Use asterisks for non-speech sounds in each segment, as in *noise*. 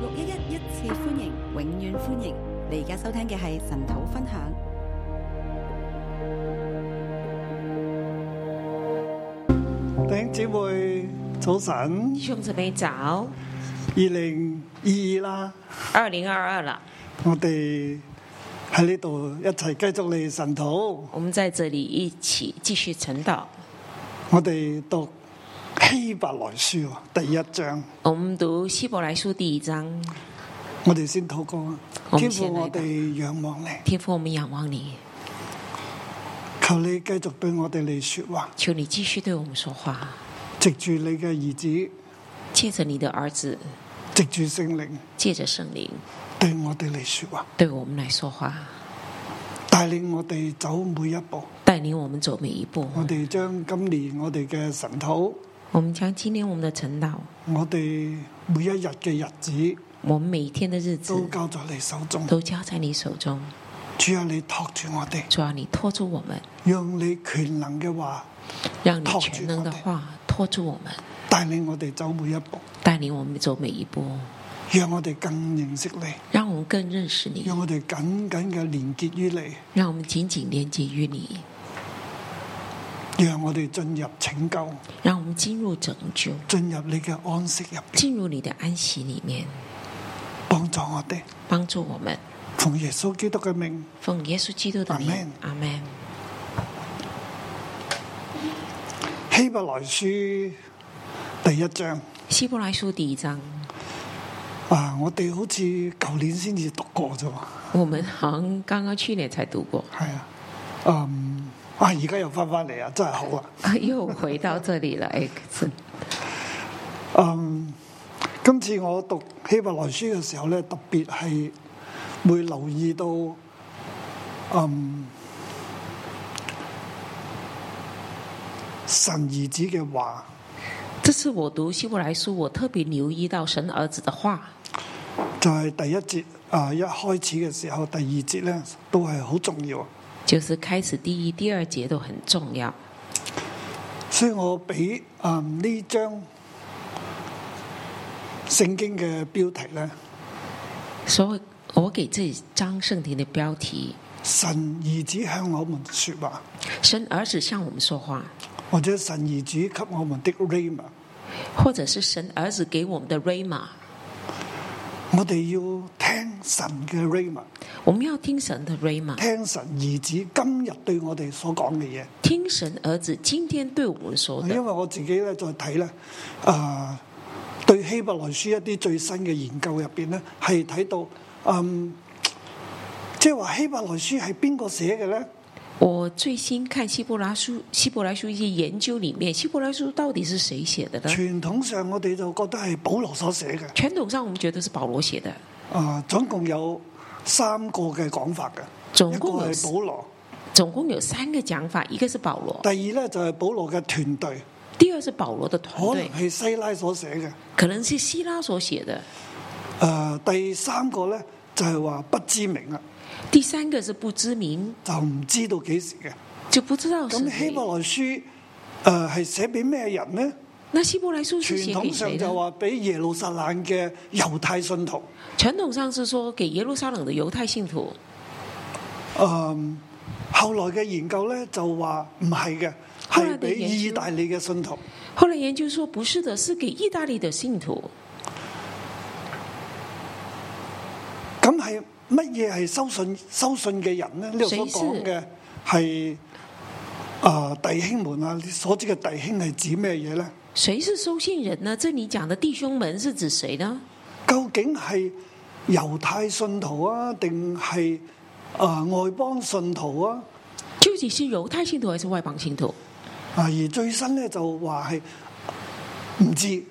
六一一一次歡迎，永遠歡迎！你而家收聽嘅係神土分享。弟兄姊妹，早晨弟，兄姊妹早，二零二二啦，二零二二了，我哋喺呢度一齊繼續嚟神土，我们在这里一起继续晨祷。我哋讀希伯來書第一章，我们读希伯来书第一章，我哋先禱告啊，我天們父先嚟我吧哋仰望你，天父，我们仰望你，求你繼續對我哋嚟說話，求你继续对我们说话，藉住你嘅兒子，借着你的儿子，藉住聖靈借着圣灵，對我哋嚟說話，对我们来说话，帶領我哋走每一步。带领我们走每一步。我哋將今年我哋嘅神土，我们将今天我们的晨祷，我哋每一日嘅日子我们每一天的日都子交在你手中。都交在你手中，主啊，你托住我哋，主要啊你托住我们，让你權能嘅話让你托住全能的我哋话托住我们，帶領我哋走每一步，带领我们走每一步，讓我哋更認識你，让我们更认识你，讓我哋緊緊嘅連結於你，让我们紧紧连接于你。讓我哋進入拯救，让我们进入拯救，進入你嘅安息入邊，进入你的安息里面，幫助我哋。帮助我们。奉耶穌基督嘅名，奉耶稣基督的名，阿门。希伯來書第一章希伯来书第一章，啊，我哋好似舊年先至讀過啫嘛，我们好像刚刚去年才读过，係啊，嗯，啊，而家又翻返嚟啊，真係好啦。啊，又回到这里了。X，嗯，今次我讀希伯來書嘅時候咧，特別係會留意到，嗯，神兒子嘅話， *laughs* 这次我读希伯来书，我特别留意到神儿子的话，就係、第一節啊、一開始嘅時候，第二節咧都係好重要。就是开始第一、第二节都很重要。所以我俾啊呢章聖經嘅標題咧，所以我给这张圣经的标题：神兒子向我們説話，神儿子向我们说话，或者神兒子給我們的 rama。或者是神儿子给我们的 rama。我哋要聽神嘅 rama，我们要听神的 rama。聽神兒子今日對我哋所講嘅嘢。听神儿子今天对我们说因的，為我自己咧再睇咧，啊、對希伯來書一啲最新嘅研究入邊咧，係睇到，嗯，即係話希伯來書係邊個寫嘅咧？我最新看希伯来书，希伯来书一些研究里面，希伯来书到底是谁写的呢？傳統上我哋就覺得係保羅所寫嘅，传统上我们觉得是保罗写的，啊、總共有三個嘅講法嘅，總一個共有係保羅，总共有三个讲法，一个是保罗第，二咧就係、保羅嘅團隊，第二是保罗的团可能队，係西拉所寫嘅。可能是希拉所写的，誒、呃第三個咧就係、話不知名啊，第三个是不知名，就唔知道幾時嘅。就不知道是咁希谁。伯來書誒係寫俾咩人呢？那希伯来书是傳写给統上谁就的？話俾耶路撒冷嘅猶太信徒。传统上是说给耶路撒冷的犹太信徒，誒、呃後來嘅研究咧就話唔係嘅，後來係嘅俾研究意大利嘅信徒。后来研究说不是的，是给意大利的信徒。咁係乜嘢係收信收信嘅人呢？呢度所講嘅係誒弟兄們啊，你所指嘅弟兄係指咩嘢咧？谁是收信人呢？这里讲的弟兄们是指谁呢？究竟係猶太信徒啊，定係啊外邦信徒啊？究竟是犹太信徒还是外邦信徒？啊，而最新咧就話係唔知，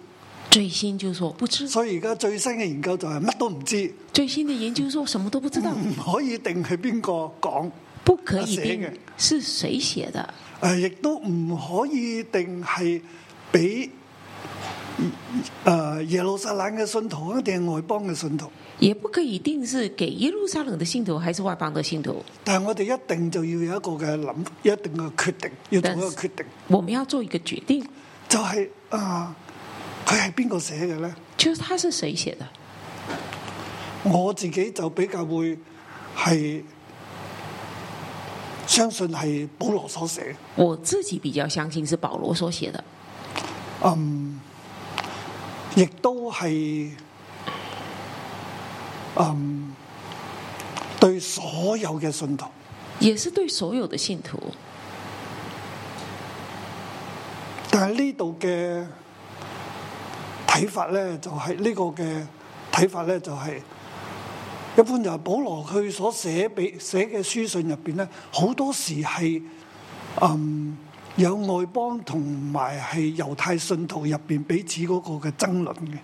最新就说不知，所以而家最新嘅研究就係乜都唔知，最新的研究说什么都不知道，唔可以定係邊個講，不可以那定谁是谁写的，誒、啊亦都唔可以定係俾誒耶路撒冷嘅信徒啊，定係外邦嘅信徒。也不可以定是给耶路撒冷的信徒还是外邦的信徒。但係我哋一定就要有一個嘅諗，一定嘅決定，要做一個但是決定，我们要做一个决定，就係、啊，佢係邊個寫嘅咧？就是他是谁写的，我自己就比較會係相信係保羅所寫。我自己比较相信是保罗所写的，嗯，亦都係嗯對所有嘅信徒，也是对所有的信徒。但係呢度嘅睇法咧，就係、呢個嘅睇法咧，就係、一般就係保羅佢所寫俾寫嘅書信入邊咧，好多時係嗯有外邦同埋係猶太信徒入邊彼此嗰個嘅爭論嘅。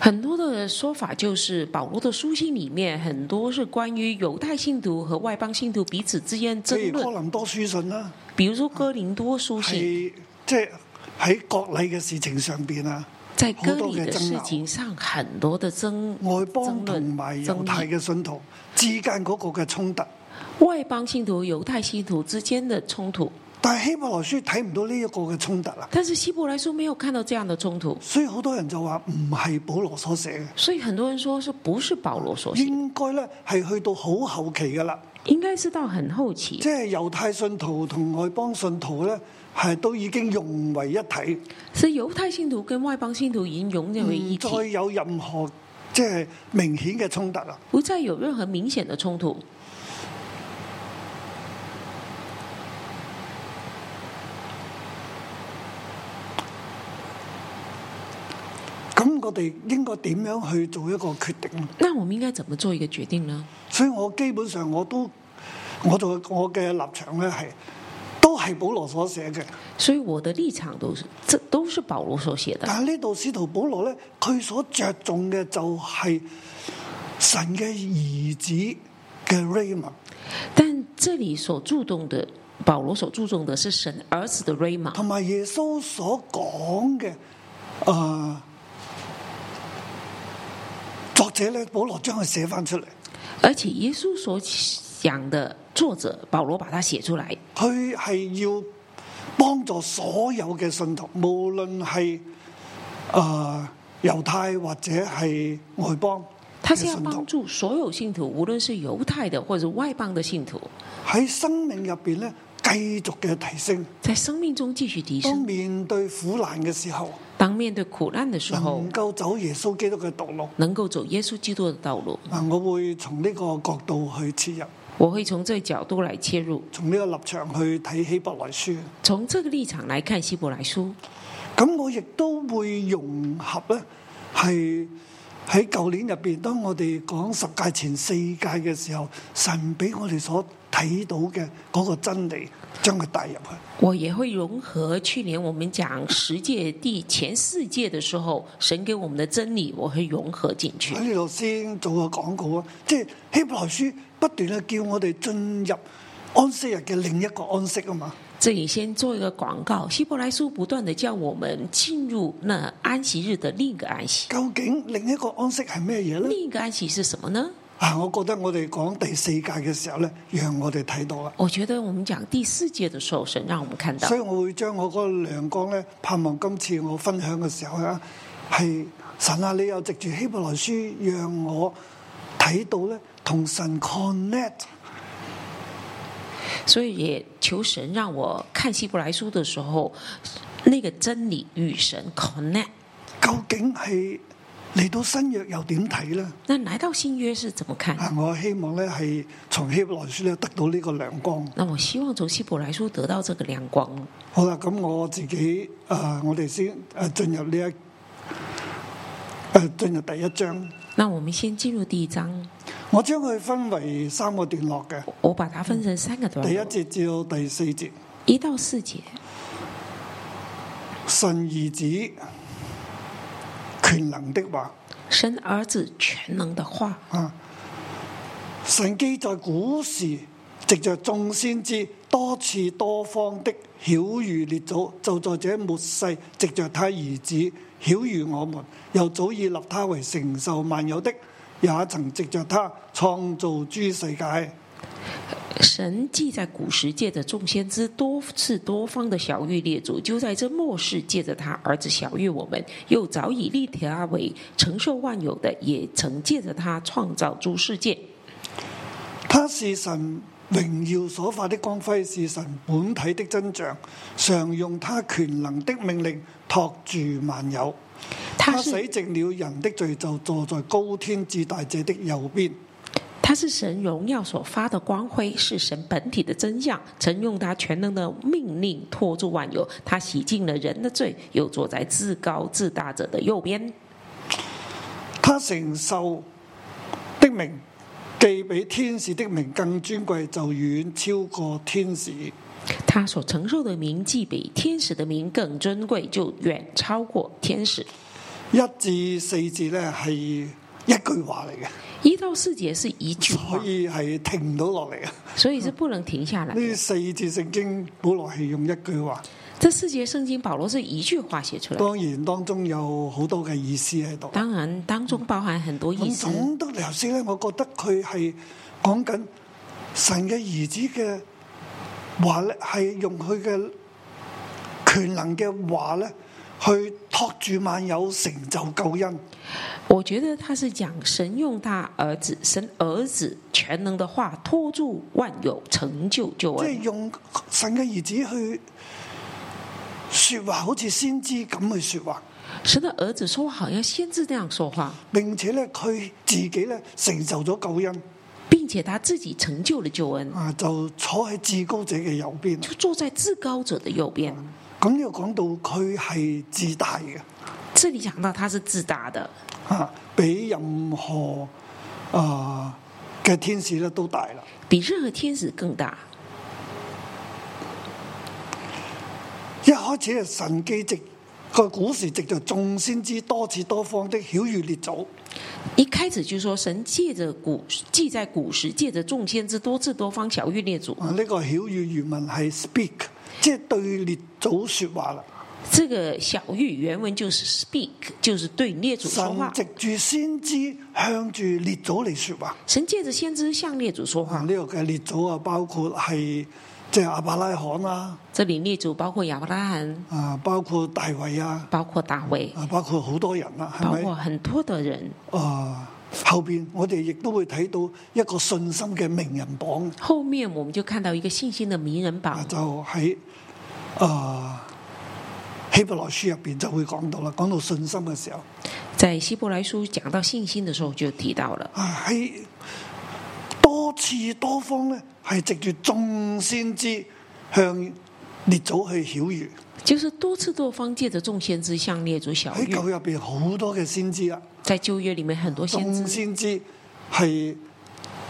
很多的说法就是，保罗的书信里面很多是关于犹太信徒和外邦信徒彼此之间譬争如哥论，林多書信啦，比如说哥林多书信，係即係喺國禮嘅事情上邊啊，在好哥多里嘅的爭事拗，情上很多的争外邦争同论埋、猶争太议，嘅信徒之間嗰個嘅衝突。外邦信徒、犹太信徒之间的冲突。但係希伯來書睇唔到呢一個嘅衝突啊，但是希伯来书没有看到这样的冲突，所以好多人就話唔係保羅所寫所以很多人说是不是保罗所嘅，写？應該咧係去到好後期噶啦，应该是到很后期即，係猶太信徒同外邦信徒咧係都已經融為一體，是犹太信徒跟外邦信徒已经融为一唔体，再有任何即係明顯嘅衝突啊。不再有任何明显的冲突。咁我哋應該點樣去做一個決定？那我们应该怎么做一个决定呢？所以我基本上我都我做我嘅立場咧係都係保羅所寫嘅，所以我的立场都是，这都是保罗所写的。但係呢度使徒保羅咧，佢所着重嘅就係神嘅兒子嘅 Rayman，但这里所注重的，保罗所注重的是神儿子的 rama，同埋耶穌所講嘅啊。作者咧，保羅將佢寫翻出嚟，而且耶稣所讲的作者保罗把它写出来，佢係要幫助所有嘅信徒，無論係啊猶太或者係外邦他嘅是要信徒帮。助所有信徒，无论是犹太的或者外邦的信徒，喺生命入边咧，繼續嘅提升。在生命中继续提當升。面對苦難嘅時候，当面对苦难的时候能，夠走耶穌基督嘅道路。能够走耶稣基督的道路。嗱，我會從呢個角度去切入，我会从这角度来切入，從呢個立場去睇希伯來書。从这个立场来看希伯来书。咁我亦都會融合咧，係喺舊年入边，當我哋講十屆前四屆嘅時候，神俾我哋所睇到嘅嗰個真理，將佢帶入去。我也会融合去年我们讲十届第前四届的时候，神给我们的真理，我会融合进去喺。呢度先做個廣告啊！即係希伯來書不斷咧叫我哋進入安息日嘅另一個安息啊嘛。这里先做一个广告，希伯来书不断的叫我们进入那安息日的另一个安息。究竟另一個安息係咩嘢咧？另一个安息是什么呢？啊，我覺得我哋講第四屆嘅時候咧，讓我哋睇到啦。我觉得我们讲第四届的时候，神让我们看到所，以我會將我嗰個亮光咧，盼望今次我分享嘅時候啊，係神啊，你又藉住希伯來書，讓我睇到咧同神 connect。所以也求神让我看希伯来书的时候，那个真理与神 connect。究竟係嚟到新約又點睇咧？那来到新约是怎么看？啊！我希望咧係從希伯來書咧得到呢個亮光。那我希望从希伯来书得到这个亮光。好啦，咁我自己啊、我哋先啊進入呢一啊進入第一章，那我们先进入第一章，我將佢分為三個段落嘅，我把它分成三个段第一落，節至到第四節，一到四节，神兒子權能的話神儿子全能的话，啊，神記在古時藉着眾先知多次多方的曉喻列祖，就在這末世藉着他兒子曉喻我們，又早已立他為承受萬有的，也曾藉着他創造諸世界。神既在古时借着众先知多次多方的小谕列祖，就在这末世借着他儿子小谕我们，又早已立他为承受万有的，也曾借着他创造诸世界。他是神榮耀所發的光輝，是神本體的真像，常用他權能的命令托住萬有。他他是洗淨了人的罪，就坐在高天至大者的右邊。他是神荣耀所发的光辉，是神本体的真相。曾用他全能的命令托住万有，他洗净了人的罪，又坐在至高至大者的右边。他承受的名，既比天使的名更尊貴，就遠超過天使。他所承受的名，既比天使的名更尊贵，就远超过天使。一至四節呢係一句話嚟嘅，一到四节是一句话所，以係停唔到落嚟嘅。所以是不能停下来的。呢四節聖經，保羅係用一句話，这四节圣经，保罗是一句话写出来的，當然當中有好多嘅意思喺度。当然当中包含很多意咁思。總的嚟說咧，我覺得佢係講緊神嘅兒子嘅話咧，係用佢嘅權能嘅話咧，去托住萬有，成就救恩。我觉得他是讲神用他儿子，神儿子全能的话托住万有，成就救即係恩。用神嘅兒子去说話，好似先知咁去说話。神的儿子说话好像先知那样说话，並且咧佢自己咧承受咗救恩，并且他自己成就了救恩，啊就坐喺至高者嘅右邊。就坐在至高者的右边。咁呢度講到佢係自大嘅，这里讲到他是自大的，吓、啊比任何啊嘅、天使咧都大啦。比任何天使更大。一開始係神既藉個古時藉着眾先知多次多方的曉喻列祖，一开始就说神借着古记在古时借着众先知多次多方小玉列祖，啊呢、個曉喻原文係 speak，即係對列祖说話啦。这个小玉原文就是 speak，就是对列祖说神话。藉住先知向住列祖嚟说話。神借着先知向列祖说话，啊！呢個嘅列祖啊，包括係即係亞伯拉罕啦，这里列祖包括亚伯拉罕，啊，包括大衛啊，包括大卫，啊，包括好多人啦，包係括咪？很多的人。啊，後邊我哋亦都會睇到一個信心嘅名人榜，后面我们就看到一个信心的名人啊，榜，就喺啊希伯來書入邊就會講到啦，講到信心嘅時候，在希伯来书讲到信心的时候就提到了，啊喺多次多方咧，係藉住眾先知向列祖去曉喻，就是多次多方借着众先知向列祖小喺玉舊，入邊好多嘅先知啊。在旧约里面很多先眾知先知係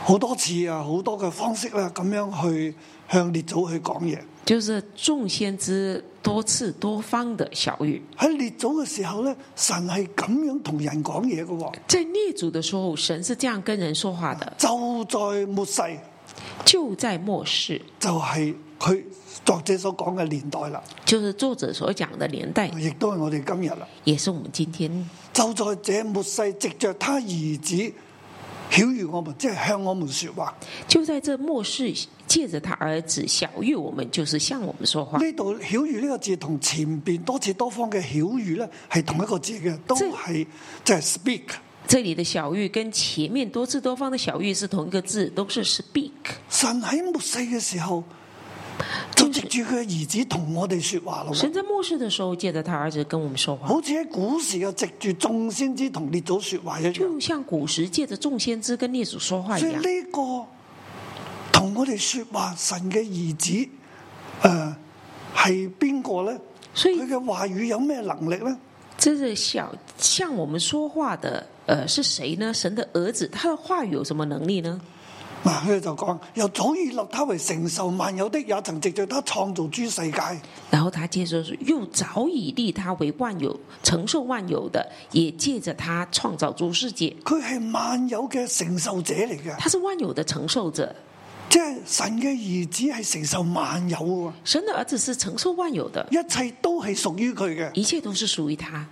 好多次啊，好多嘅方式啦，咁樣去向列祖去講嘢。就是众先知多次多方的小玉。喺列祖嘅時候咧，神係咁樣同人講嘢嘅喎。在列祖的时候，神是这样跟人说话的，就在末世，就在末世，就係佢作者所講嘅年代啦，就是作者所讲的年代，亦都係我哋今日啦。也是我们今天就在這末世，藉着他兒子曉喻我們，即係向我們說話。就在这末世，借着他儿子小玉，我们就是向我们说话。呢度曉喻呢個字同前邊多次多方嘅曉喻咧係同一個字嘅，都即係即係 speak。这里的小玉跟前面多次多方的小玉是同一个字，都是 speak，神喺末世嘅時候，就就藉是住佢嘅兒子同我哋说話咯喎。神在末世的时候借着他儿子跟我们说话，好似喺古時又藉住眾先知同列祖说話一樣。就像古时借着众先知跟列祖说话所一以样。呢個同我哋说話神嘅兒子，诶係邊個咧？所以佢嘅話語有咩能力咧？这是小向我们说话的，呃，是谁呢？神的儿子，他的话语有什么能力呢？嗱，佢就講又早已立他為承受萬有的，也曾藉着他創造諸世界。然后他接着说，又早已立他为万有，承受万有的，也借着他创造诸世界。佢係萬有嘅承受者嚟嘅，他是万有的承受者，即係神嘅兒子係承受萬有喎。神的儿子是承受万有的，一切都係屬於佢嘅，一切都是属于他，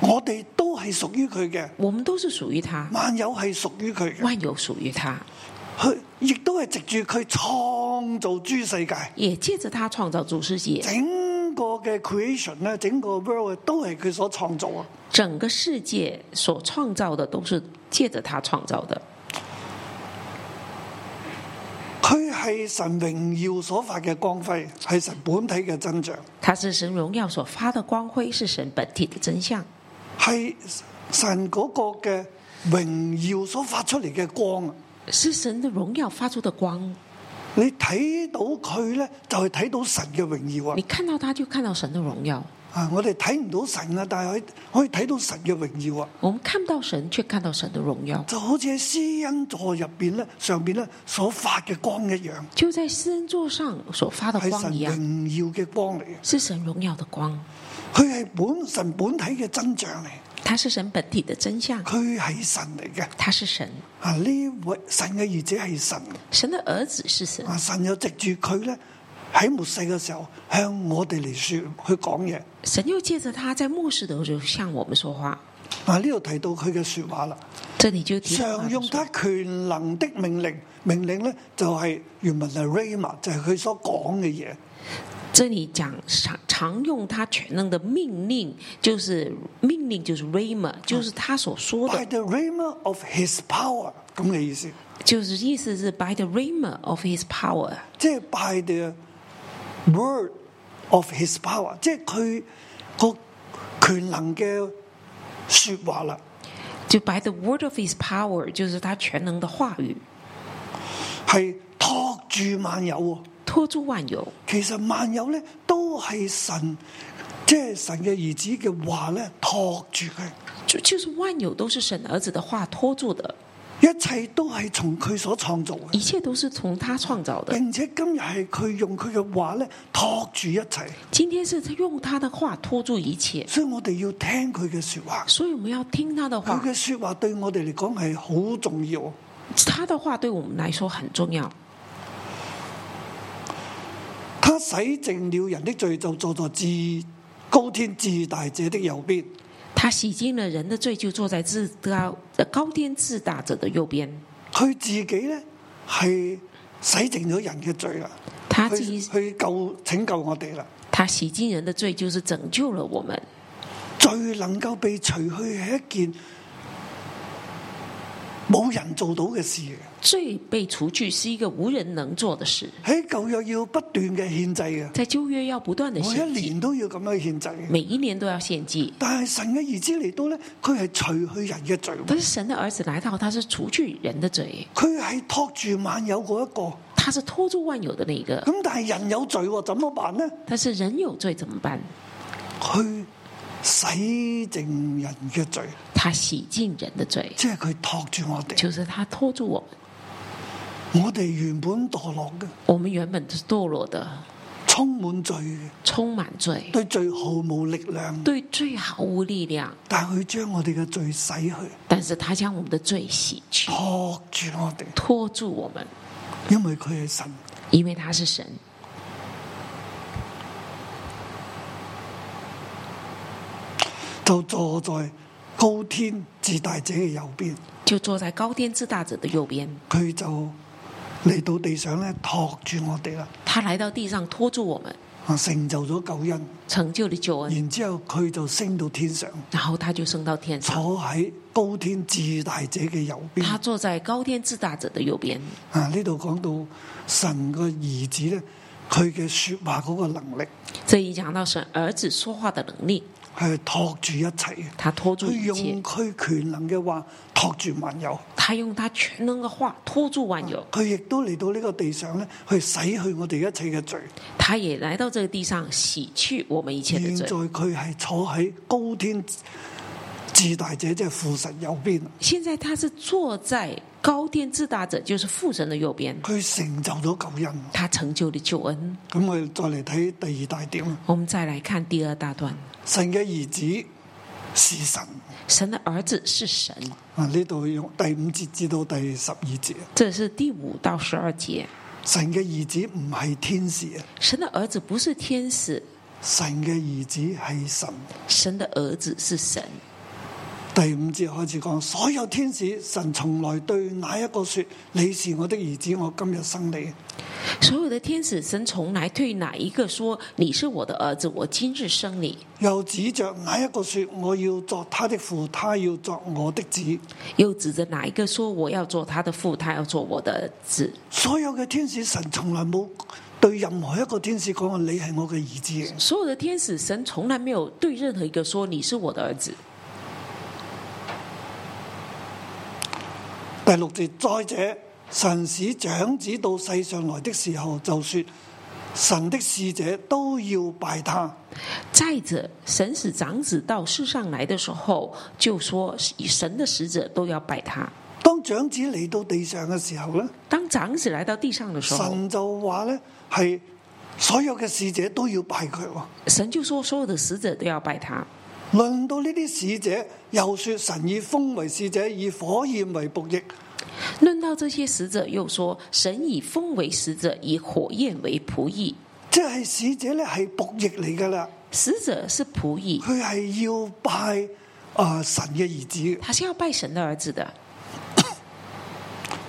我哋都係屬於佢嘅，我们都是属于他，萬有係屬於佢嘅。万有属于他。佢亦都係藉住佢創造諸世界，也借着他创造主世界，整個嘅 creation 咧，整個 world 都係佢所創造啊！整个世界所创造的都是借着他创造的，佢係神榮耀所發嘅光輝，係神本體嘅真相，他是神荣耀所发的光辉，是神本体的真相，係神嗰個嘅榮耀所發出嚟嘅光啊！是神的荣耀发出的光。你睇到佢咧，就係睇到神嘅榮耀啊你！看到他就看到神的荣耀，啊，我哋睇唔到神啊，但係可以可以睇到神嘅榮耀啊！我们看不到神，却看到神的荣耀，就好似喺施恩座入边咧，上边咧所發嘅光一樣，就在施恩座上所发的係光啊神一样，榮耀嘅光嚟嘅。是神荣耀的光，佢係本神本體嘅真相嚟，他是神本体的真相，佢係神嚟嘅。他是神，啊，呢位神嘅兒子係神，神的儿子是神，啊，神又藉住佢咧喺末世嘅時候向我哋嚟说去講嘢。神又借着他在末世的时候向我們说話。啊，呢度提到佢嘅说話啦，这里就提到常用他他權能的命令，命令咧就係原文係 rama，就係佢所講嘅嘢。这里讲常常用他全能的命令，就是命令就是 rama，就是他所说啊 By 的， the rama of his power 咁嘅意思，就是意思是 by the rama of his power，即係 by the word of his power，即係佢個權能嘅说話啦。就 by the word of his power，就是他全能的话语，係托住萬有喎。托住万有。其實萬有咧都係神，即係神嘅兒子嘅話咧托住佢，就就是万有都是神儿子的话托住的，一切都係從佢所創造嘅，一切都是从他创造的。並且今日係佢用佢嘅話咧托住一切，今天是他用他的话托住一切，所以我哋要聽佢嘅说話。所以我们要听他的佢话，嘅说話對我哋嚟講係好重要。他的话对我们来说很重要。他洗淨了人的罪，就坐在至高天至大者的右邊。他洗净了人的罪，就坐在至高呃高天至大者的右边。佢自己咧係洗淨咗人嘅罪啦，他啊自己去去救拯救我哋啦。他洗净人的罪，就是拯救了我们。罪能夠被除去係一件冇人做到嘅事嘅，罪被除去是一个无人能做的事，喺舊約要不斷嘅獻祭嘅，在旧约要不断 Oh，的献每一祭，年都要咁樣獻祭嘅。每一年都要献祭。但係神嘅兒子嚟到咧，佢係除去人嘅罪，但是神的儿子来到，他是除去人的罪，佢係托住萬有嗰一個。他是拖住万有的那一个。咁但係人有罪喎，怎麼辦呢？但是人有罪怎么办？佢洗淨人嘅罪，他洗净人的罪，即係佢托住我哋。就是他拖住我们。我哋原本墮落嘅，我们原本是堕落的，充滿罪嘅，充满罪，對罪毫無力量，对罪毫无力量。但係佢將我哋嘅罪洗去。但是他将我们的罪洗去，托住我哋，拖住我们，因为佢系神。因为他是神。就坐在高天至大者嘅右边，就坐在高天之大者的右边，佢就嚟到地上咧，托住我哋啦，他来到地上拖住我们，啊，成就咗救恩。成就了救恩，然之后佢就升到天上，然后他就升到天上，坐喺高天至大者嘅右边。他坐在高天之大者的右边。啊，呢度讲到神個兒子咧，佢嘅说話嗰個能力这一讲到神儿子说话的能力，係托住一切嘅，他拖住佢一切用，佢權能嘅話托住萬有。他用他全能的话拖住万有，佢亦都嚟到呢個地上咧，去洗去我哋一切嘅罪。他也来到这个地上洗去我们一切的現在罪。佢係坐喺高天至大者，即係父神右邊。现在他是坐在高天之大者，就是父神的右边，佢成就咗救恩。他成就了救恩。咁我哋再嚟睇第二大點啦。我们再来看第二大段，神嘅兒子是神神的儿子是神，啊！呢度用第五節至到第十二節，这是第五到十二节。神嘅兒子唔係天使啊，神的儿子不是天使，神嘅兒子係神。神的儿子是神。第五節開始講，所有天使神從來對那一個說：你是我的兒子，我今日生你。所有的天使神从来对哪一个说你是我的儿子，我今日生你，又指着那一個說：我要作他的父，他要作我的子。又指着哪一个说我要做他的父，他要做我的儿子。所有嘅天使神從來冇對任何一個天使講話：你係我嘅兒子嘅。所有的天使神从来没有对任何一个说你是我的儿子。第六節，再者，神使長子到世上來的時候，就說：神的使者都要拜他。再者，神使长子到世上来的时候，就说神的使者都要拜他。當長子嚟到地上嘅時候呢，当长子来到地上的时候，神就話呢係所有嘅使者都要拜佢喎。神就说所有的使者都要拜他。論到呢啲使者，又說神以風為使者，以火焰為仆役。论到这些使者，又说神以风为使者，以火焰为仆役。即係使者咧係仆役嚟噶啦，使者是仆役，佢係要拜啊、神嘅兒子。他是要拜神的儿子的。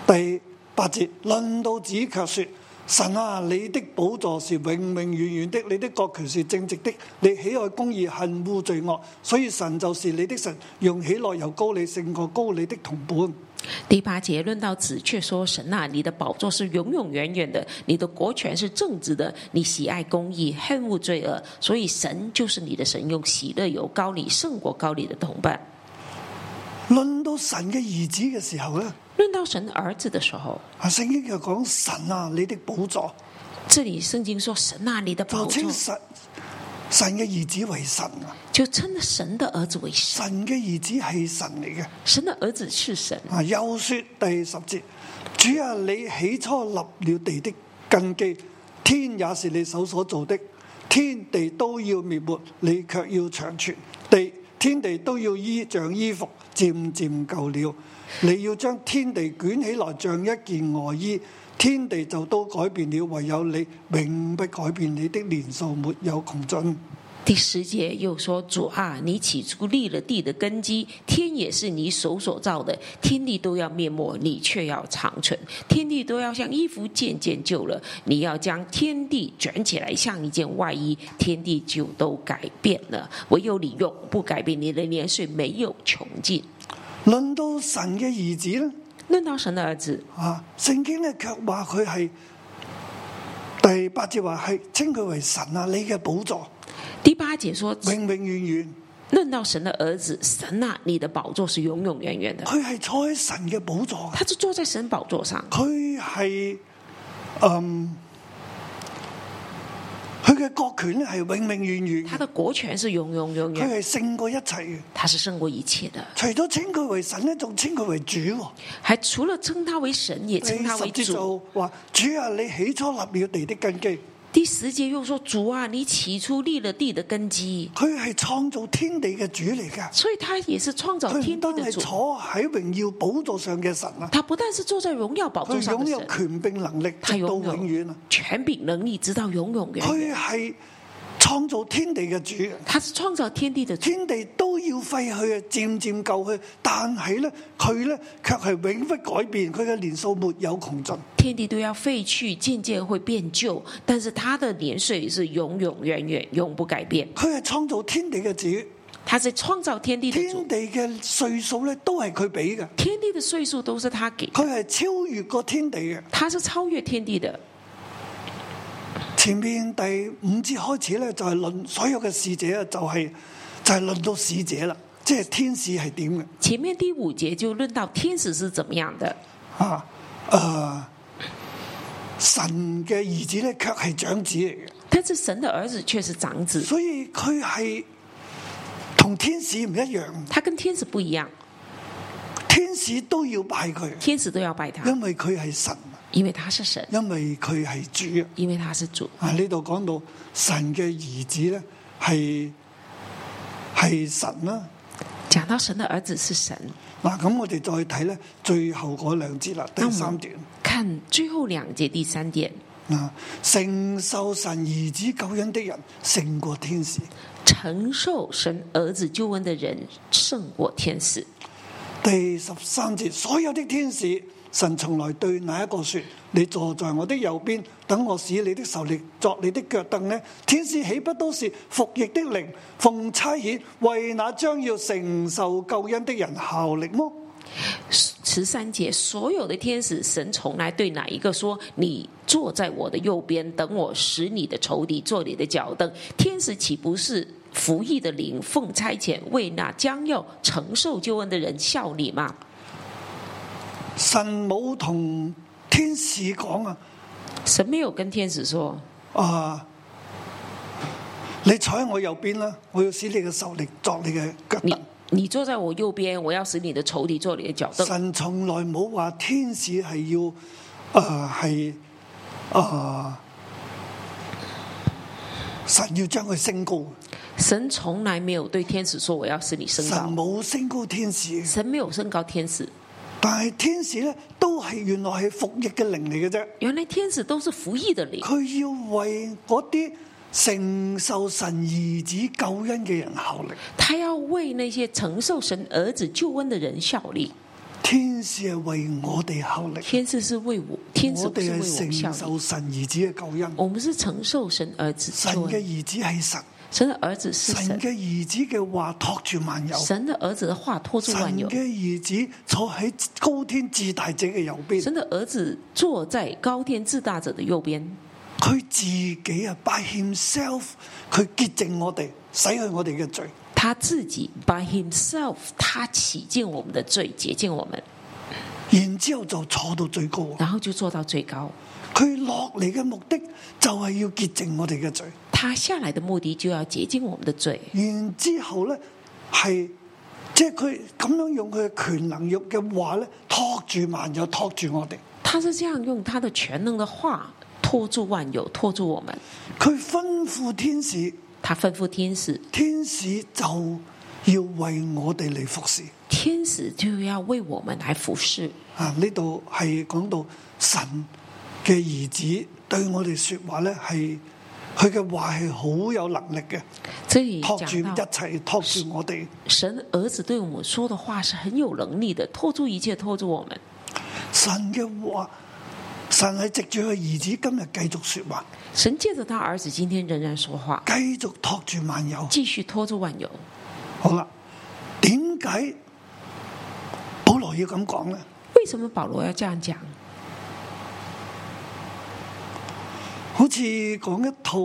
第八節，論到子卻說：神啊，你的寶座是永永遠遠的，你的國權是正直的，你喜愛公義，恨惡罪惡，所以神就是你的神，用喜樂油膏你，勝過高你的同伴。第八节论到此，却说神啊，你的宝座是永永远远的，你的国权是正直的，你喜爱公义，恨恶罪恶，所以神就是你的神，用喜乐油膏你，胜过高你的同伴。論到神嘅兒子嘅時候咧，论到神儿子的时候，啊聖經又講神啊，你的寶座这里圣经说神啊，你的宝就座稱神神嘅兒子為神啊，就称神的儿子为神，神嘅兒子係神嚟嘅。神的儿子是神。啊，又说第十節，主啊，你起初立了地的根基，天也是你手所做的，天地都要滅沒，你卻要長存。地天地都要衣像衣服，漸漸舊了。你要將天地捲起來，像一件外衣。天地就都改變了，唯有你永不改變，你的年數沒有窮盡。第十节又说：“主啊，你起初立了地的根基，天也是你手所造的，天地都要灭没，你却要长存；天地都要像衣服渐渐旧了，你要将天地卷起来，像一件外衣，天地就都改变了。唯有你永不改变，你的年岁没有穷尽。論到神嘅兒子呢？”论到神的儿子，啊，聖經咧卻話佢係第八節話係稱佢為神啊，你嘅寶座第八节说永永遠遠，：“论到神的儿子，神啊，你的宝座是永永远远的。佢係坐喺神嘅寶座”嘅，他是坐在神宝座上，佢係嗯，佢嘅國權咧係永永遠遠他嘅，的国权是永永远佢远，係勝過一切嘅。他是勝過一切的。除咗稱佢為神咧，仲稱佢為主喎。还除了称他为神，也第十称他为節主。就話：主啊，你起初立了地的根基，第十节又说：“主啊，你起初立了地的根基。佢係創造天地嘅主嚟噶”。所以他也是创造佢唔天單地係的主。坐喺榮耀寶座上嘅神啊，他不但是坐在荣耀宝座佢上擁的有神，權柄能力他直到拥永遠有啊！权柄能力，直到永永远远。佢係創造天地嘅主，啊他是创造天地的主，天地都要廢去啊，漸漸舊去。但係咧，佢咧卻係永不改變，佢嘅年數沒有窮盡。天地都要废去，渐渐会变旧，但是他的年岁是永永远远，永不改变。佢係創造天地嘅主，他是创造天地的主天，地嘅歲數咧都係佢俾嘅，天地的岁数都是他给的，佢係超越過天地嘅。他是超越天地的。前面第五節開始咧，就係論所有嘅使者啊，就係就係論到使者啦，即係天使係點嘅。前面第五节就论到天使是怎么样的，啊，诶、神嘅兒子咧，卻係長子嚟嘅，但是神的儿子却是长子，所以佢係同天使唔一樣，他跟天使不一样，天使都要拜佢，天使都要拜他，因為佢係神，因为他是神，因為佢係主因为他是主。啊！呢度講到神嘅兒子咧，係系神啦。讲到神的儿子是神，嗱、咁我哋再睇咧最後嗰兩節啦，第那我三们段看最后两节第三点，啊，承受神兒子救恩的人勝過天使。承受神儿子救恩的人胜过天使。第十三節，所有的天使，神從來對那一個說：你坐在我的右邊，等我使你的仇敵作你的腳凳呢？天使豈不都是服役的靈，奉差遣為那將要承受救恩的人效力麼？十三节，所有的天使，神从来对哪一个说：“你坐在我的右边，等我使你的仇敌做你的脚凳。”天使岂不是服役的灵，奉差遣为那将要承受救恩的人效力吗？神冇同天使講啊，神没有跟天使说啊，你坐喺我右邊啦，我要使你嘅仇敵作你嘅腳：“你凳。你坐在我右边，我要使你的仇敌做你的脚凳。”神從來冇話天使係要，啊係啊，神要將佢升高，神从来没有对天使说：“我要使你升神高。冇升高天使”，神没有升高天使，但係天使咧都係原來係服役嘅靈嚟嘅啫，原来天使都是服役的灵，佢要為嗰啲承受神兒子救恩嘅人效力。他要为那些承受神儿子救恩的人效力。天使係為我哋效力，天使是为我，天使我不是哋为我们係承效力，受神兒子嘅救恩。我们是承受神儿子神救嘅恩。兒子係神，神的儿子是神神，嘅兒子嘅話托住萬有。神的儿子的话托住神万有嘅，兒子坐喺高天至大者嘅右邊，神的儿子坐在高天至大者的右边，佢自己啊，by himself，佢潔淨我哋，洗去我哋嘅罪。他自己 by himself，他洗净我们的罪，洁净我们，然之後就坐到最高。啊然后就做到最高。佢落嚟嘅目的就係要潔淨我哋嘅罪。他下来的目的就要洁净我们的罪，然之後咧係即係佢咁樣用佢嘅權能用嘅話咧，托住萬有，托住我哋。他是这样用他的全能的话托住万有，托住我们。佢吩咐天使，他吩咐天使，天使就要為我哋嚟服侍。天使就要为我们来服侍。啊，呢度係講到神嘅兒子對我哋说話咧，係佢嘅話係好有能力嘅，这里托住讲到一切，托住我哋。神儿子对我们说的话是很有能力的，托住一切，托住我们。神嘅話，神係藉住佢兒子今日繼續说話，神借着他儿子今天仍然说话，繼續托住萬有。继续托住万有。好啦，點解保羅要咁講咧？为什么保罗要这样讲？好似講一套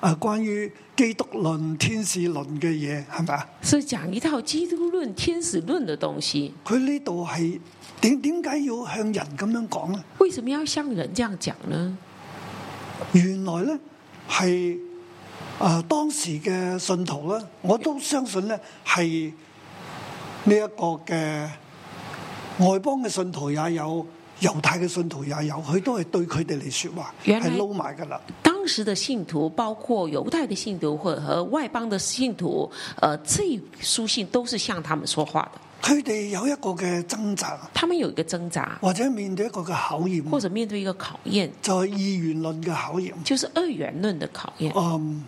诶、啊、关于基督論、天使論嘅嘢，係咪啊？是讲一套基督论、天使论的东西。佢呢度係點点解要向人咁樣講咧？为什么要像人这样讲呢？原來咧係啊當時嘅信徒咧，我都相信咧係呢一個嘅外邦嘅信徒也有，猶太嘅信徒也有，佢都係對佢哋嚟说話原來係撈埋㗎啦。当时的信徒，包括犹太的信徒，或者和外邦的信徒，呃，这书信都是向他们说话的。佢哋有一個嘅掙扎，他们有一个挣扎，或者面對一個嘅考或驗，者面对一个考验，就係二元論嘅考驗，就是二元论的考验，嗯，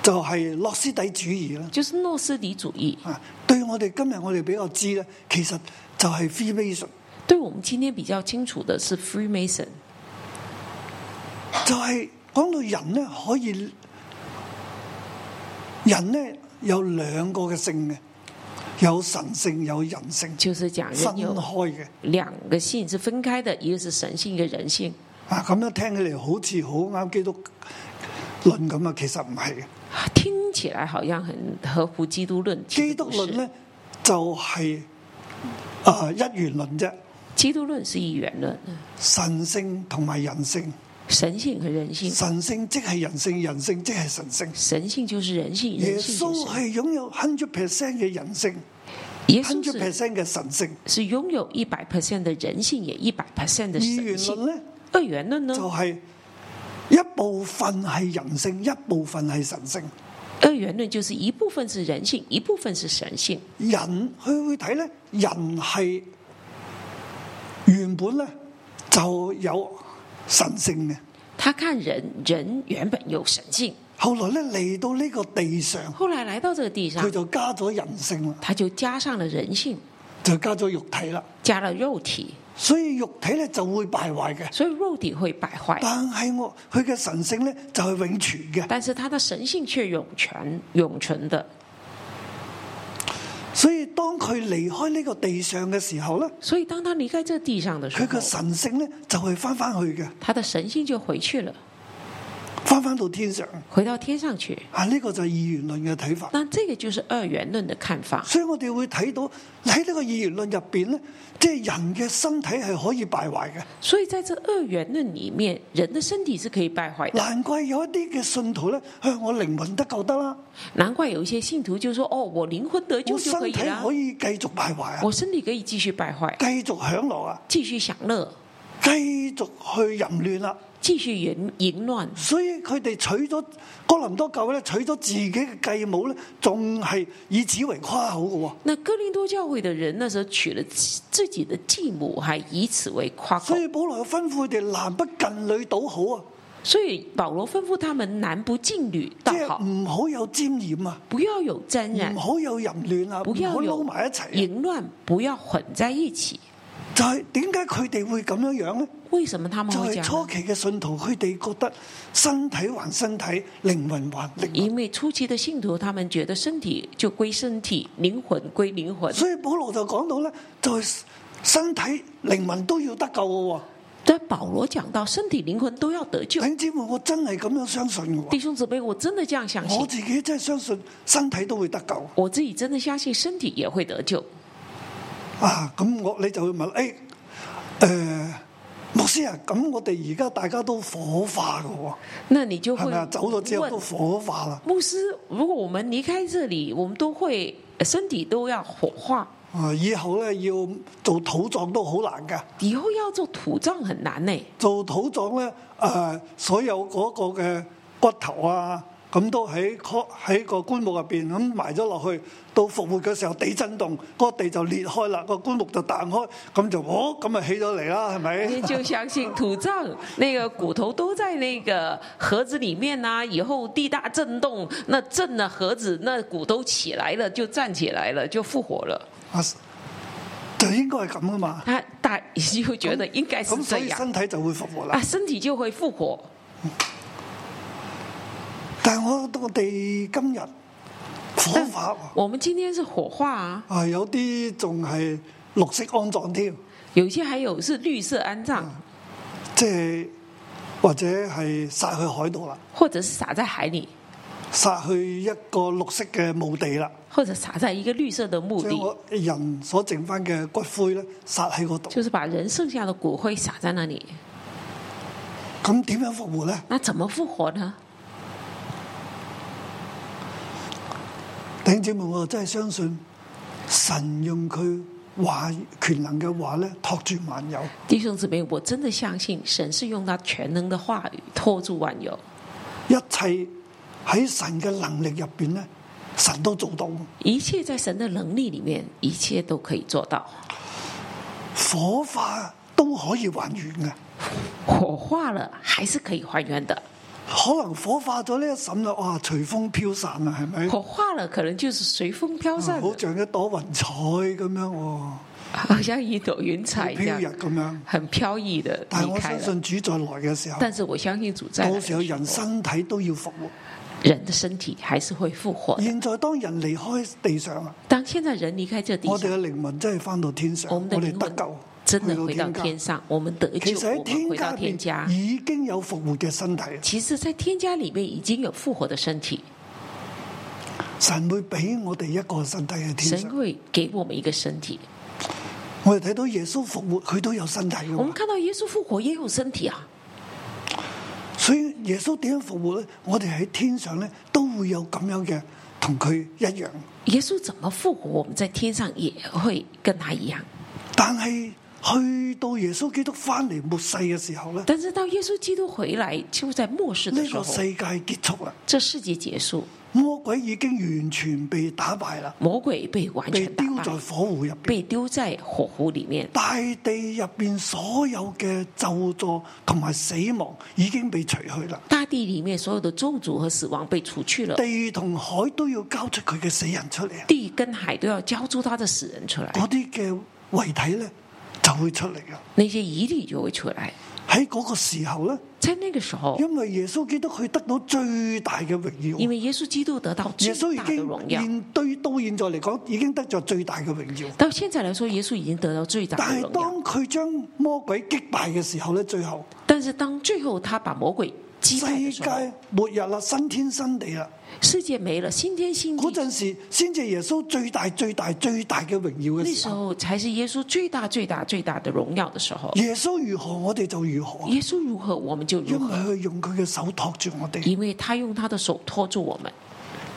就係洛斯底主義啦。就是诺斯底主义。啊，對我哋今日我哋比較知咧，其實就係 Freemason，对我们今天比较清楚的是 Freemason，就係講到人咧可以，人咧有兩個嘅性嘅，有神性有人性，就是讲分人開有嘅。两个性是分开的，一个是神性，一个人性。啊，咁樣聽起嚟好似好啱基督論咁啊，其實唔係嘅。听起来好像很合乎基督论，其基实督不是論咧就係啊一元論啫，基督论是一元论，神性同埋人性，神性和人性，神性即係人性，人性即係神性。神性就是人性，耶人性穌就是神係擁有 hundred percent 嘅人性耶稣，hundred 是 percent 嘅神性。是拥有一百 percent 的人性，也一百 percent 的二神嗯元性。論咧二元论就呢？係一部分係人性，一部分係神性。二元论就是一部分是人性，一部分是神性。人佢會睇咧，人係原本咧就有神性嘅，他看人，人原本有神性，後來咧嚟到呢個地上，后来来到这个地上佢，就加咗人性啦，他就加上了人性，就加咗肉體啦。加了肉体，所以肉體咧就會敗壞嘅，所以肉体会败坏，但係我佢嘅神性咧就係永存嘅。但是他的神性却永存永存的。所以當佢離開呢個地上嘅時候咧，所以当他离开这地上的时佢嘅候，神性咧就係翻翻去嘅，他的神性就回去了，翻翻到天上。回到天上去。啊，呢、個就係二元論嘅睇法。那这个就是二元论的看法。所以我哋會睇到喺呢個二元論入邊咧，即係人嘅身體係可以敗壞嘅。所以在这二元论里面，人的身体是可以败坏的。難怪有一啲嘅信徒咧，啊我靈魂得救得啦，难怪有一些信徒就说：“哦，我灵魂得救我就可身以體了可，以繼續敗壞啊，啊我身体可以继续败坏，繼續享樂啊，继续享樂，繼續去淫亂啦、继续淫淫乱。”所以佢哋娶咗哥林多教咧，娶咗自己嘅繼母咧，仲係以此為誇口嘅喎。那哥林多教会的人那时候娶了自自己的继母，还以此为夸口所。以保羅吩咐佢哋男不近女倒好啊，所以保罗吩咐他们男不近女即倒好係，唔好有沾染啊，不要有沾染唔，好有淫亂啊，唔不要好撈有埋一齊啊。淫乱，不要混在一起。就係點解佢哋會咁樣樣咧？为什么他们就会这係样初呢？期嘅信徒，佢哋覺得身體還身體，靈魂還靈魂。因为初期的信徒，他们觉得身体就归身体，灵魂归灵魂。所以保羅就講到咧，就係身體靈魂都要得救嘅喎。但保罗讲到身体、灵魂都要得救弟。兄姊妹，我真係咁樣相信嘅喎弟。兄姊妹，我真的这样相我信，自己真係相信身體都會得救我自己真的相信身体也会得救。啊！咁我你就會問：誒、哎、誒，牧師啊，咁我哋而家大家都火化嘅喎，那你就会係咪啊？走咗之後都问火化啦，牧师，如果我们离开这里，我们都会呃身体都要火化，啊！以後咧要做土葬都好難㗎。以后要做土葬很难呢。做土葬咧，誒、所有嗰個嘅骨頭啊，咁都喺殼喺個棺木入邊咁埋咗落去，到復活嘅時候地震動，個地就裂開啦，個棺木就彈開，咁就哦咁咪起咗嚟啦，係你咪？就相信土葬，那个骨头都在那个盒子里面呐、以后地大震动，那震了盒子，那骨头起来了，就站起来了，就复活了。啊，就應該係咁噶嘛。他大就觉得应该是哦咁所这以样身體就會復活啊，啦。身体就会复活。但係我我哋今日火化我们今天是火化啊，啊，有啲仲係綠色安葬添，有些还有是绿色安嗯葬，即係或者係殺去海度啦。或者是撒在海里，殺去一個綠色嘅墓地啦，或者撒在一个绿色的墓將地，我人所剩翻嘅骨灰咧，殺喺嗰度。就是把人剩下的骨灰撒在那里。咁點樣復活咧？那怎么复活呢？弟兄姊妹，我真係相信神用佢話權能嘅話咧，托住萬有。弟兄姊妹，我真的相信神是用他全能的话语托住万有，一切喺神嘅能力入邊咧，神都做到。一切在神的能力里面，一切都可以做到。火化都可以還原嘅，火化了还是可以还原的，可能火化咗呢一陣啦，哇，隨風飄散啦，係咪？火化了可能就是隨風飄散的，好像一朵雲彩咁樣喎，好像一朵云彩一飄样逸，咁樣。很飄逸的但係离我开相了。信主再來嘅時候，但是我相信主在到時候人身體都要復活。人的身体还是会复活的。現在當人離開地上啦，当现在人离开这地我哋上，嘅靈魂真係翻到天上，我我们的哋灵得魂救，真的回去到家天上，我们得其救，實我喺们天回到家入天家邊。已經有復活嘅身體，其实，在天家里面已经有复活的身体，神會俾我哋一個身體喺天神上。会给我们一个身体。我哋睇到耶穌復活，佢都有身體嘅我们喎。看到耶稣复活也有身体啊，所以耶穌點樣復活咧？我哋喺天上咧都會有咁樣嘅，同佢一樣。耶稣怎么复活，我们在天上也会跟他一样。但係去到耶穌基督翻嚟末世嘅時候咧，但是到耶稣基督回来，就在末世的呢时個候，世界結束啦。这世界结束，魔鬼已經完全被打敗啦，魔鬼被完被全打丟在敗，火湖入邊，被丢在火湖里面，大地入邊所有嘅咒詛同埋死亡已經被除去啦。大地里面所有的咒诅和死亡被除去了，地同海都要交出佢嘅死人出嚟，啊地跟海都要交出他的死人出来，嗰啲嘅遺體咧就會出嚟嘅。那些遗体就会出来。喺嗰個時候咧，在那个时候，因為耶穌基督佢得到最大嘅榮因耀，为耶稣基督得到最耶穌已大的荣經耀，現對到現在嚟講已經得咗最大嘅榮耀。到現在来说，耶稣已经得到最大但的荣係耀。當佢將魔鬼擊敗嘅時候咧，最後但是当最后他把魔鬼击败的世时候，界末日啦，新天新地啦，世界没了，新天新嗰地。陣時先至耶穌最大最大最大嘅榮耀那嘅时時候。候才是耶稣最大最大最大的荣耀的时候。耶穌如何，我哋就如何，耶稣如何，我们就如因為何，佢用佢嘅手托住我哋。因为他用他的手托住我们。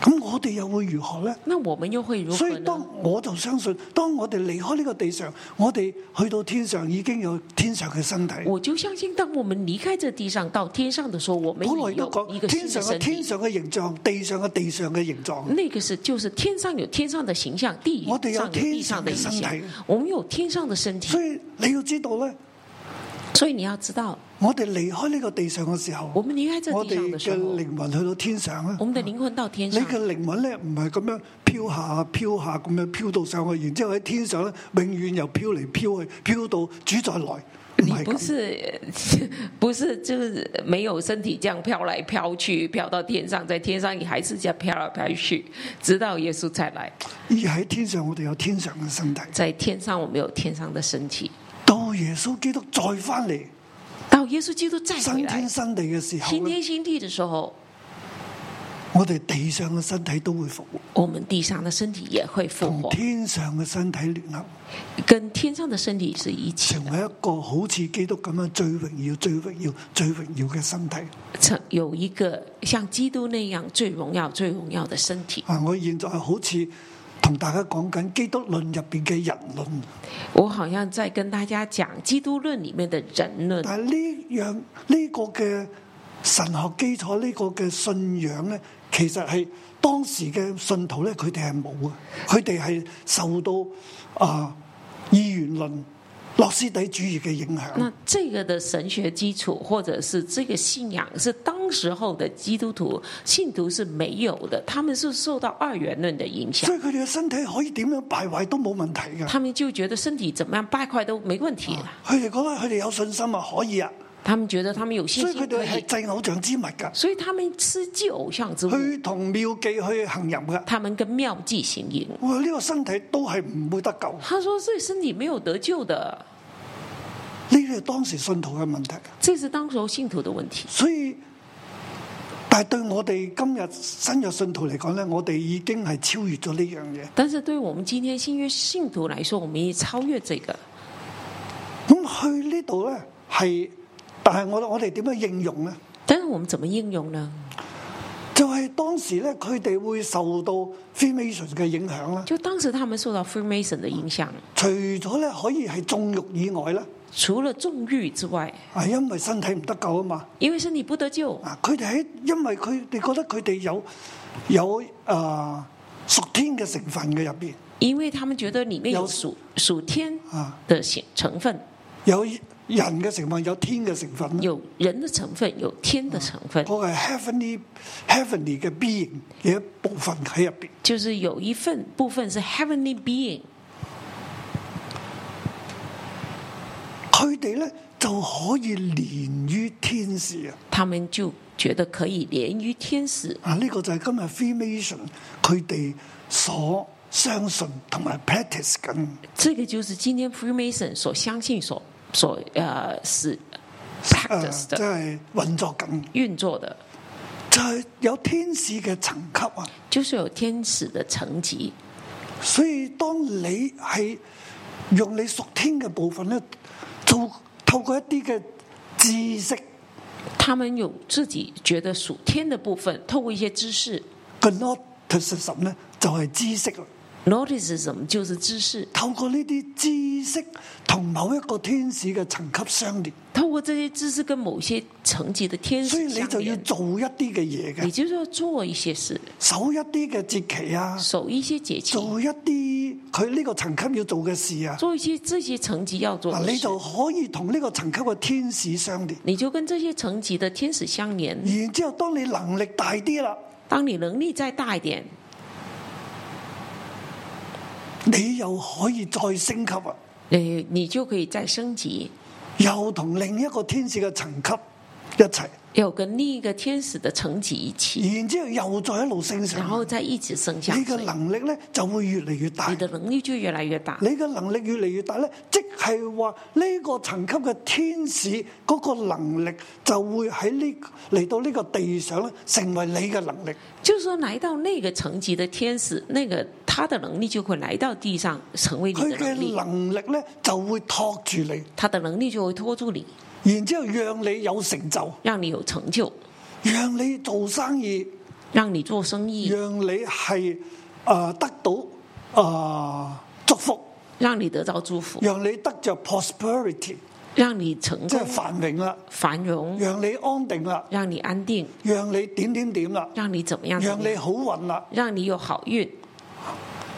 咁我哋又會如何呢？那我们又会如所何以呢？當我就相信，當我哋離開呢個地上，我哋去到天上已經有天上嘅身體。我就相信，当我们离开这地上到天上的时候，我们保羅也亦都有一講，个天新的上嘅身天体。嗯上嘅形象，地上嘅地上嘅形狀。那个是就是天上有天上的形象，地我哋有上有地上的天上形嘅象身體。我们有天上的身体所，以你要知道呢，所以你要知道，我哋離開呢個地上嘅時候，我们离开这我地哋上的时嘅候，靈魂去到天上啊我。們的靈魂到天你上，嘅靈魂咧唔係咁樣飄下飄下咁樣飄到上去，然之後喺天上咧永遠又飄嚟飄去，飄到主再來，唔係你不咁。是不是就是没有身体这样飘来飘去，飘到天上，在天上你还是这样飘来飘去，直到耶稣再来。而喺天上我哋有天上嘅身體。在天上我们有天上的身体，到耶穌基督再翻嚟到耶稣基督再回新来天，新地嘅時候新咧，天新地的時候，我哋地上嘅身體都會復活，我們地上的身體也會復同活，天上嘅身體聯合，跟天上的身體是一起成的，為一個好似基督咁樣最榮耀、最榮耀、最榮耀嘅身體。成有一个像基督那樣最榮耀、最榮耀的身體。啊！我現在好似同大家講緊基督論入邊嘅人論，我好像在跟大家講基督論裡面的人論。但係呢樣呢個嘅神學基礎，呢、個嘅信仰咧，其實係當時嘅信徒咧，佢哋係冇嘅，佢哋係受到啊二元論、諾斯底主義嘅影響那。这个的神学基础，或者是这个信仰，是当时候的基督徒信徒是没有的，他们是受到二元论的影响所，以佢哋嘅身體可以點樣敗壞都冇問題嘅，他们就觉得身体怎么样败坏都没问题了，佢哋覺得佢哋有信心啊，可以啊，他们觉得他们有信所以佢心可哋以係，啊祭偶像之物㗎，所以他们吃祭偶像之物，去同廟記去行淫㗎。他们跟妙计行淫。我呢個身體都係唔會得救，呢他说：“这身体没有得救的，啲係當時信徒嘅問題。这是当时候信徒的问题。所以，但係對我哋今日新約信徒嚟講咧，我哋已經係超越咗呢樣嘢。但是对我们今天新约信徒来说，我们也超越这个。咁去呢度咧係，但係我我哋點樣應用咧？但是我们怎么应用呢？就係、當時咧，佢哋會受到 Freemason 嘅影響啦。就当时他们受到 Freemason 的影响，除咗咧可以係縱慾以外咧，除了纵欲之外，係因為身體唔得救啊嘛。因为身体不得救，啊，佢哋喺因為佢哋覺得佢哋有有啊、屬天嘅成分嘅入邊。因为他们觉得里面有有属属天啊的显成分，有人嘅成分，有天嘅成分啦。有人的成分，有天的成分，嗰個係 heavenly heavenly 嘅 being 嘅一部分喺入邊。就是有一份部分是 heavenly being，佢哋咧就可以連於天使啊！他们就觉得可以连于天使。啊，呢個就係今日 Freemason 佢哋所相信同埋 practice 緊这个就是今天 Freemason 所相信所所呃是啊， practice 即的係運作緊，运作的，就係、有天使嘅層級啊！就是有天使的层级。所以當你係用你屬天嘅部分咧，做透過一啲嘅知識他们有自己觉得属天的部分，透过一些知识，嘅 noticism 咧，就係知識啦。 Gnosticism 就是知识，透過呢啲知識同某一個天使嘅層級相連，透过这些知识跟某些层级的天所使以你相就要连，做一啲嘅嘢你嘅，就是要做一些事，守一啲嘅節期啊，守一些节期，做一啲佢呢個層級要做嘅事啊，做一些这些层级要做嗱的啊你事，就可以同呢個層級嘅天使相連。你就跟这些层级的天使相连。然之後，當你能力大啲啦，当你能力再大一点，你又可以再升級啊，呃，你就可以再升级，又同另一個天使嘅層級一齊，要跟另一个天使的层级一起，然之後又再一路升然上后，再一直升下你去嘅，能力咧就會越嚟越大你。的能力就越来越大。你嘅能力越嚟越大咧，即係話呢個層級嘅天使嗰個能力就會喺呢嚟到呢個地上咧，成為你嘅能力。就是说，来到那个层级的天使，那个他的能力就会来到地上，成为你佢的嘅能力，能力咧就會托住你，他的能力就会拖住你，然之後讓你有成就，让你有成就，讓你做生意，让你做生意，讓你係呃得到呃祝福，让你得到祝福，讓你得着 prosperity，让你成即係功、繁榮啦，繁荣，讓你安定啦，让你安定，讓你點點點啦，让你怎么样？讓你好運啦。让你有好运，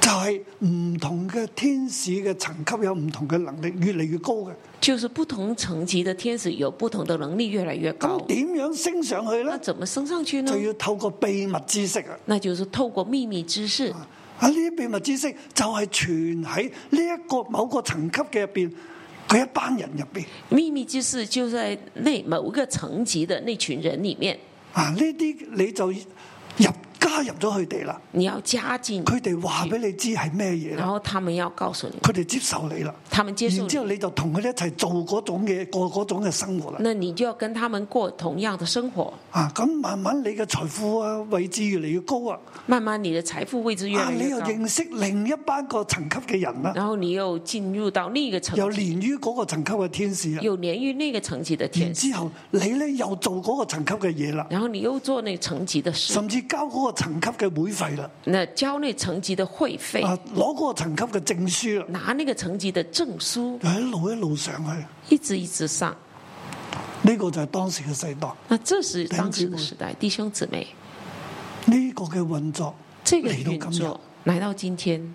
就係唔同嘅天使嘅層級有唔同嘅能力，越嚟越高嘅。就是不同层级的天使有不同的能力，越来越高咁。點樣升上去那呢？怎么升上去呢就？要透過秘密知識啊！那就是透过秘密知识，啊，呢啲秘密知識就係存喺呢一個某個層級嘅入邊，佢一班人入邊秘密知识就在那某个层级的那群人里面，啊！呢啲你就入加入咗佢哋啦，你要加进，佢哋話俾你知係咩嘢然啦，后他们要告诉你，佢哋接受你啦，他们哦接受然之你，後你就同佢哋一齊做嗰種嘅過嗰種嘅生活啦。那你就要跟他们过同样的生活，啊，咁慢慢你嘅財富啊位置越嚟越高啊！慢慢你的财富位置越啊！来你越又高，嗯認識另一班個層級嘅人啦，然后你又进入到另一个又层级，連於嗰個層級嘅天使啊。又连于那个层级的然天使，之後，你咧又做嗰個層級嘅嘢啦，然後你又做那层级的事，甚至交嗰個層級嘅會費啦，那交那层级的会费，啊，攞嗰個層級嘅證書啦，拿那个层级的证书，就一路一路上去。一直一直上。呢、個就係當時嘅世代，那这是弟兄当姊时妹的时代，弟兄姊妹，呢、個嘅運作这个嚟运到今日作，来到今天，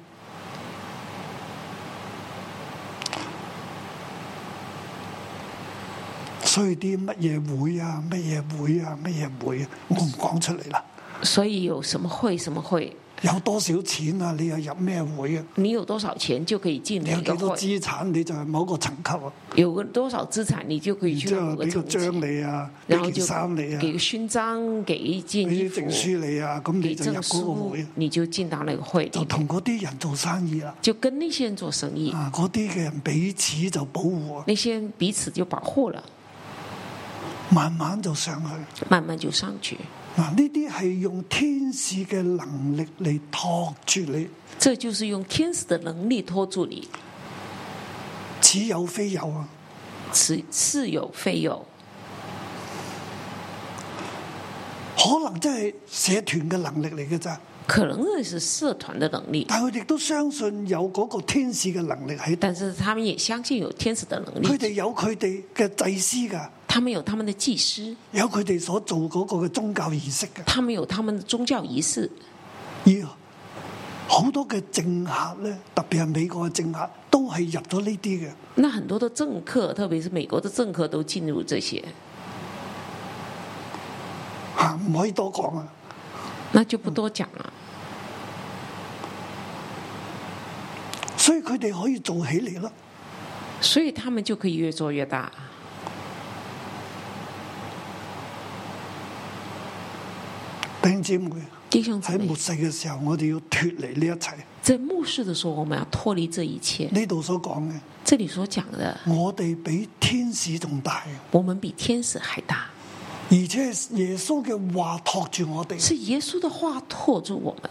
需要啲乜嘢會啊，乜嘢會啊，乜嘢會啊，我唔講出嚟啦。所以有什么会什么会，有多少錢啊？你又入咩會啊？你有多少钱就可以进你有哪幾个多会，資產？你就係某一個層級啊。有个多少资产你就可以去之到後某俾个层個级，章你啊，俾然後件就衫你啊，给个勋章，给一件俾衣啲服，證書你啊，咁你给就入证嗰個书會，，啊你就进到那个会就里面，同嗰啲人做生意啦。就跟那些人做生意，啊，嗰啲嘅人彼此就保護啊，那些人彼此就保护了，慢慢就上去。慢慢就上去。嗱，呢啲係用天使嘅能力嚟托住你，这就是用天使的能力托住你，此有非有啊！此似有非有，可能真係社團嘅能力嚟嘅咋，可能那是社团的能力，但佢哋都相信有嗰個天使嘅能力喺度，但是他们也相信有天使的能佢力，哋有佢哋嘅祭司㗎，他们有他们的祭司，有佢哋所做嗰個嘅宗教儀式㗎。他们有他们的宗教仪式，而好多嘅政客咧，特別係美國嘅政客，都係入咗呢啲嘅。那很多的政客，特别是美国的政客，都进入这些，吓唔可以多講啊！那就不多讲了。所以佢哋可以做起嚟啦。所以他们就可以越做越大。弟兄姊妹弟兄姊喺末妹，世嘅時候，我哋要脱離呢一切。在末世的时候，我们要脱离这一切。呢度所講嘅，这里所讲的，我哋比天使仲大，我们比天使还大，而且係耶穌嘅話托住我哋。是耶稣的话托住我们。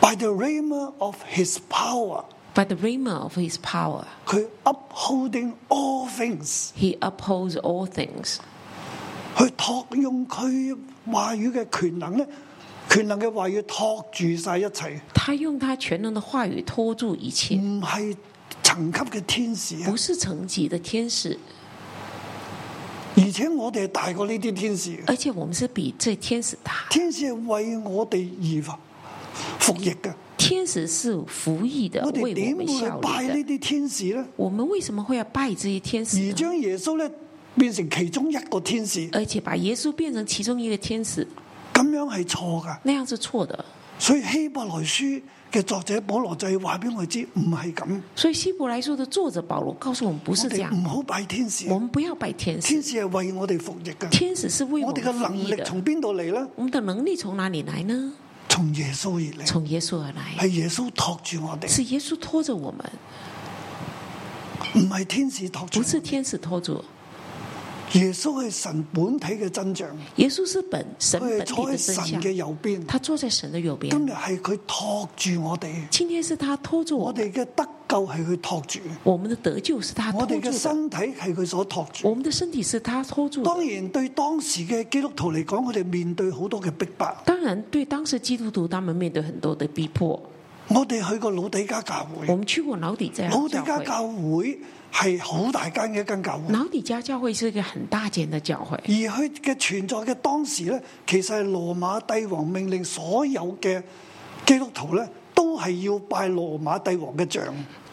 By the rhema of His power， By the rhema of his power, 佢 upholding all things， he upholds all things. 去托用佢話語嘅權能咧，權能嘅話語托住晒一切，他用他全能的話語托住一切，唔係層級嘅天使啊不！是层级的天使，而且我哋係大過呢啲天使嘅，而且我们是比这天使大。天使係為我哋而服役嘅。天使是服役的，我为哋我點會们去效拜力呢的。啲天使呢？我们为什么会要拜这些天使而呢？將耶穌咧變成其中一個天使，而且把耶穌变成其中一个天使，咁樣係錯噶。那样是错的。所以希伯來書嘅作者保羅就係話俾我哋知，唔係咁，所以希伯来书的作者保罗告诉我们，不我是这哋样。唔好拜天使。啊我们不要拜天天使，使係為我哋服役噶。天使是为我我哋嘅们服能役力的。從邊度嚟呢？我们的能力从哪里来呢？從耶穌而嚟，从耶稣而係来，耶穌托住我哋，是耶穌拖着我们，唔係天使托住不。是天使拖住。耶穌係神本體嘅真像，耶穌是本神佢本係体坐的喺真神相嘅，右邊。他坐在神的右边今。日係佢托住我哋，今天是他拖住我我们，哋嘅得救係佢托住，我们的得救是他拖我住哋嘅的，身體係佢所托住。我們的身體是他拖住的。當然對當時嘅基督徒嚟講，佢哋面對好多嘅逼迫。當然，对当时基督徒，他们面对很多的逼迫。我哋去過老底家教我會，們去过老底家哎老教底家会，教會係好大間嘅一間教會，老底家教会是一个很大间的教会。而佢嘅存在嘅當時咧，其實係羅馬帝王命令所有嘅基督徒咧，都係要拜羅馬帝王嘅像，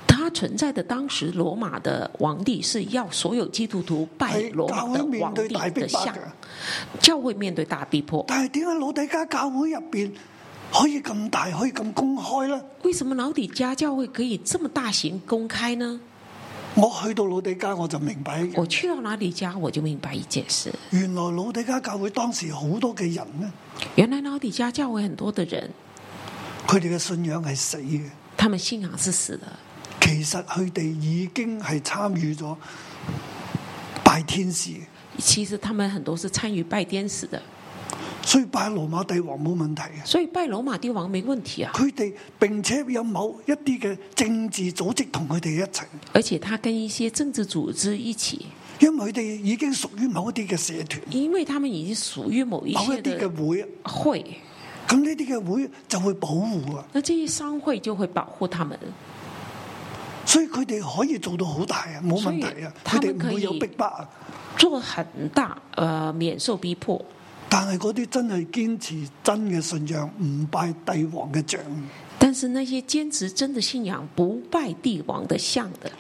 它存在的当时，罗马的皇帝是要所有基督徒拜係罗哎教马會的面皇對帝大逼的迫啊像嘅。。教会面对大逼迫，但係點解老底家教會入邊可以咁大，可以咁公開咧？为什么老底家教会可以这么大型公开呢？我去到老底家我就明白一樣，我去到老底家，我就明白一件事：原來老底家教會當時好多嘅人咧，原来老底家教会很多的人，佢哋嘅信仰係死嘅。他们信仰是死的，其實佢哋已經係參與咗拜天使，其实他们很多是参与拜天使的，所以拜羅馬帝王冇問題嘅。所以拜罗马帝王没问题啊。佢哋並且有某一啲嘅政治組織同佢哋一齊，而且他跟一些政治組織一起，因為佢哋已經屬於某一啲嘅社團、因为他们已经属于某一某一些啲的嘅會，会，咁呢啲嘅會就會保護啊，那这些商会就会保护他们，所以佢哋可以做到好大啊，冇問題啊，佢所以哋他們唔會有可以逼迫啊。做很大呃免受逼迫。但係嗰啲真係堅持真嘅信仰，唔拜帝王嘅像，但是那些坚持真的信仰不拜帝王的像的，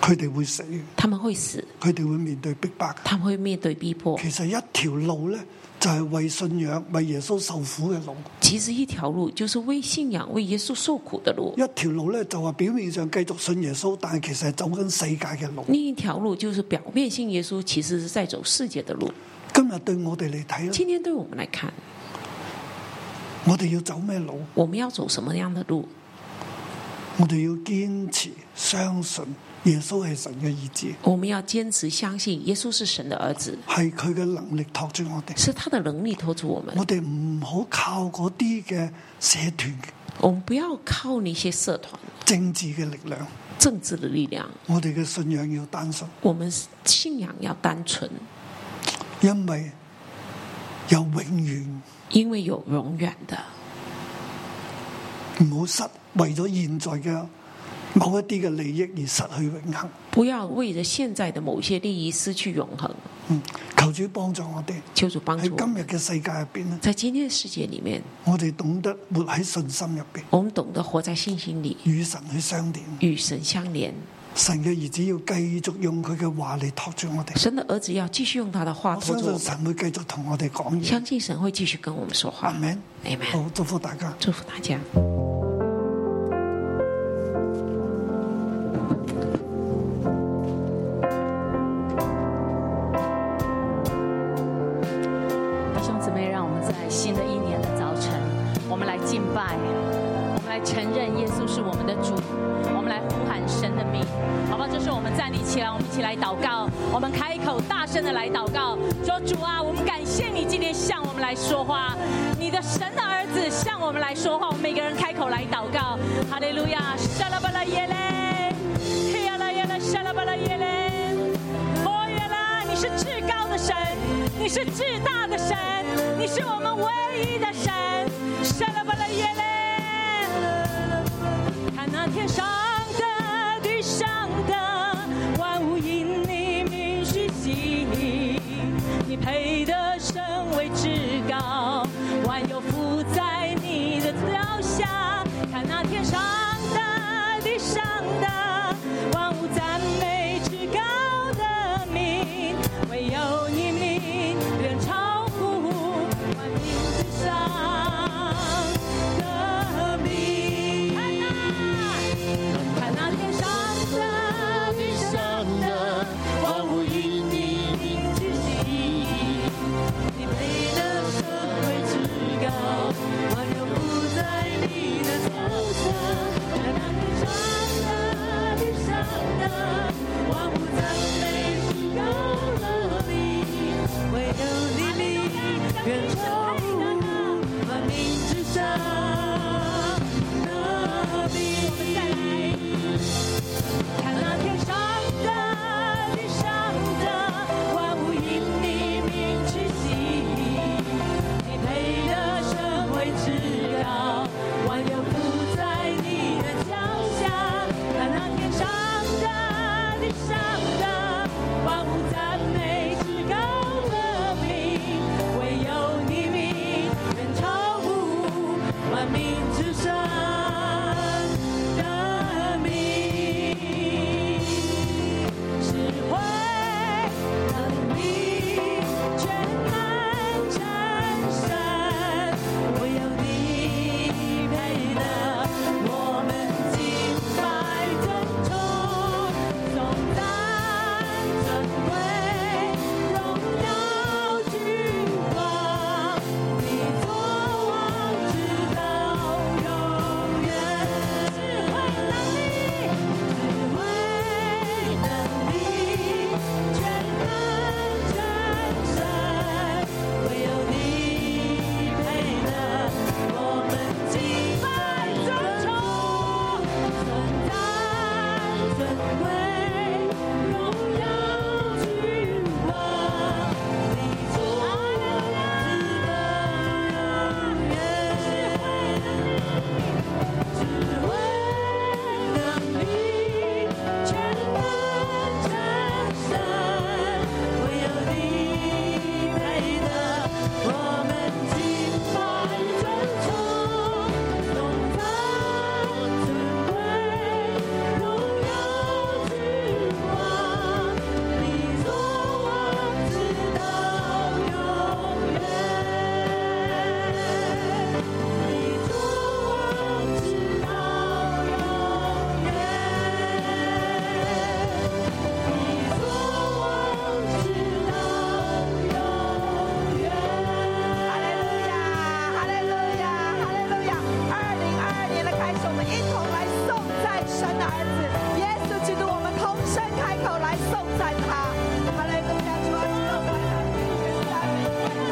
佢哋會死，他们会死，佢哋會面對逼迫。他们会面对逼迫。其實一條路咧，就係、為信仰、為耶穌受苦嘅路；其实一条路就是为信仰、为耶稣受苦的路；一條路咧就話表面上繼續信耶穌，但係其實係走緊世界嘅路。另一条路就是表面信耶穌，其实是在走世界的路。今日對我哋嚟睇咧，今天对我们来看，我哋要走咩路？我们要走什么样的路？我哋要堅持相信耶穌係神嘅意志，我们要坚持相信耶穌是神的儿子，係佢嘅能力托住我哋。是他的能力托住我们。我哋唔好靠嗰啲嘅社團我们不要靠那些社团、政治嘅力量，政治的力量，我哋嘅信仰要單純，我们信仰要单纯，因為有永遠。因为有永远的。唔好失為咗現在嘅某一啲嘅利益而失去永恒。不要为了现在的某些利益失去永恒。嗯，求主幫助我哋求主帮喺助我哎今日们，嘅世界入邊咧，在今天的世界里面，我哋懂得活喺信心入邊，我们懂得活在信心里，與神去相連。与神相连。神嘅兒子要繼續用佢嘅話嚟托住我哋。神的儿子要继续用他的话我托相住我信们，神會繼續同我哋講嘢。相信神会继续跟我们说阿话。門。 Amen 好，祝福大家。祝福大家。弟兄姊妹，让我们在新的一年的早晨，我们来敬拜，我们来承认耶稣是我们的主，我们来呼喊神的名，好不好？这是我们站立起来，我们一起来祷告，我们开口大声的来祷告，说主啊，我们感谢你今天向我们来说话，你的神的儿子向我们来说话，我们每个人开口来祷告，哈利路亚，沙拉巴拉耶嘞，嘿呀啦耶啦，沙拉巴拉耶嘞。哦，原来你是至高的神，你是至大的神，你是我们唯一的神。沙拉巴拉耶嘞，看那天上的、地上的，万物因你名虚息。你配得神为至高，万有伏在你的脚下。看那天上的、地上的，万物赞美至高的名，唯有你名远超乎万民之上的名。看那。看那天上的、地上的，万物因你名聚集。你配得神为至高，万有不在你的脚下。看那天上的、地上的，万物赞美至高了你，唯有你名远超乎万民之上的名。看那天上的、地上的，万物因你名聚集。你配得神为至高，万有不在你的脚下。看那天上的、地上的，万物赞美至高的名，唯有你名远超乎万民之上。的名，智慧能力全能战胜，唯有你配得我们敬拜尊崇，颂赞尊贵荣耀君王，你作王直到永远，智慧能力。智慧能力，全能战胜，唯有你配得我们敬拜尊崇，尊赞尊贵，荣耀君王，你作王直到永远。智慧能力，全能战胜，唯有你配得我们敬拜尊崇，颂赞尊贵，荣耀君王，你作王直到永远。你作王直到永远，你作王直到永远。哈利路亚，哈利路亚，哈利路亚！二零二二年的开始，我们一同来颂赞神的儿子耶稣基督，我们同声开口来颂赞他。哈利路亚，主啊，主啊，我们来敬拜你，我们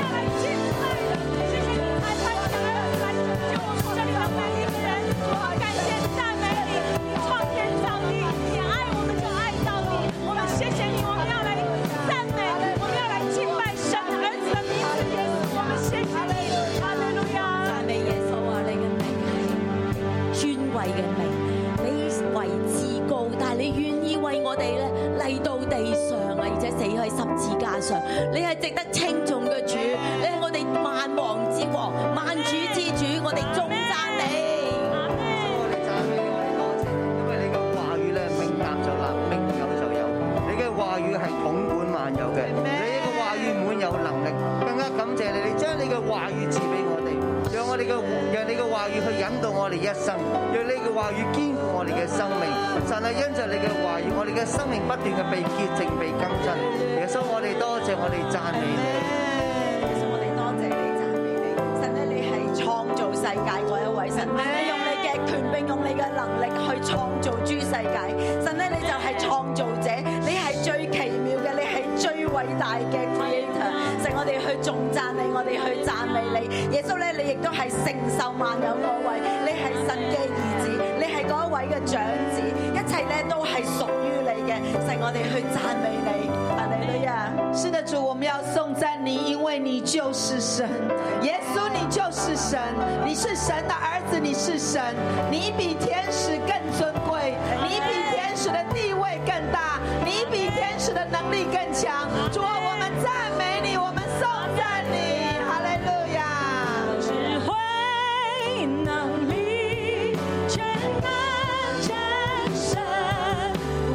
来敬拜你，谢谢你，来来来来，救我们这个美丽的人，我感谢赞美你，你创天造地，也爱我们这爱到底，我们谢谢你，我们要来赞美，我们要来敬拜。神儿子的名字，耶稣，我们谢谢你，哈利路亚。赞美耶稣啊！你嘅名係尊貴嘅名，你為至高，但係你願意為我哋咧嚟到地上啊，而且死喺十字架上，你係值得稱重嘅主，你係我哋萬王之王、萬主之主，我哋頌讚你。我哋讚美你，我哋多謝你，因為你嘅話語咧，明白就立，明有就有。你嘅話語係統管萬有嘅，你嘅話語滿有能力。更加感謝你，你將你嘅話語賜俾我哋，讓我哋嘅讓你嘅話語去引導我哋一生，讓你嘅話語堅固我哋嘅生命。神係因着你嘅話語，我哋嘅生命不斷嘅被潔淨、被更新。耶穌，我哋多謝，我哋讚美你。其實我哋多謝你讚美你，神咧你係創造世界嗰一位神，你用你嘅權柄，用你嘅能力去創造諸世界，神咧你就係創造者，你係最奇妙嘅，你係最偉大嘅 creator，神我哋去頌讚你，我哋去讚美你，耶穌咧你亦都係承受萬有嗰位，你係神嘅兒子，你係嗰一位嘅長子，一切咧都係屬於你嘅，神我哋去讚美你，阿利路亞。是的，主，我们要颂赞你，因为为你就是神，耶稣，你就是神，你是神的儿子，你是神，你比天使更尊贵，你比天使的地位更大，你比天使的能力更强。主啊，我们赞美你，我们颂赞你，哈利路亚。智慧能力全能战胜，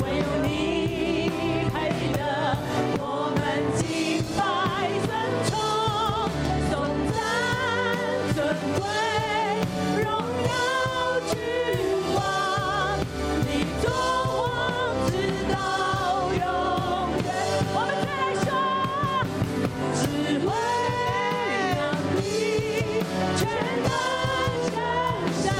唯有你配得，我们敬拜尊崇，颂赞尊贵，荣耀之王，你作王直到永远。我们再来说。智慧能力全能神圣，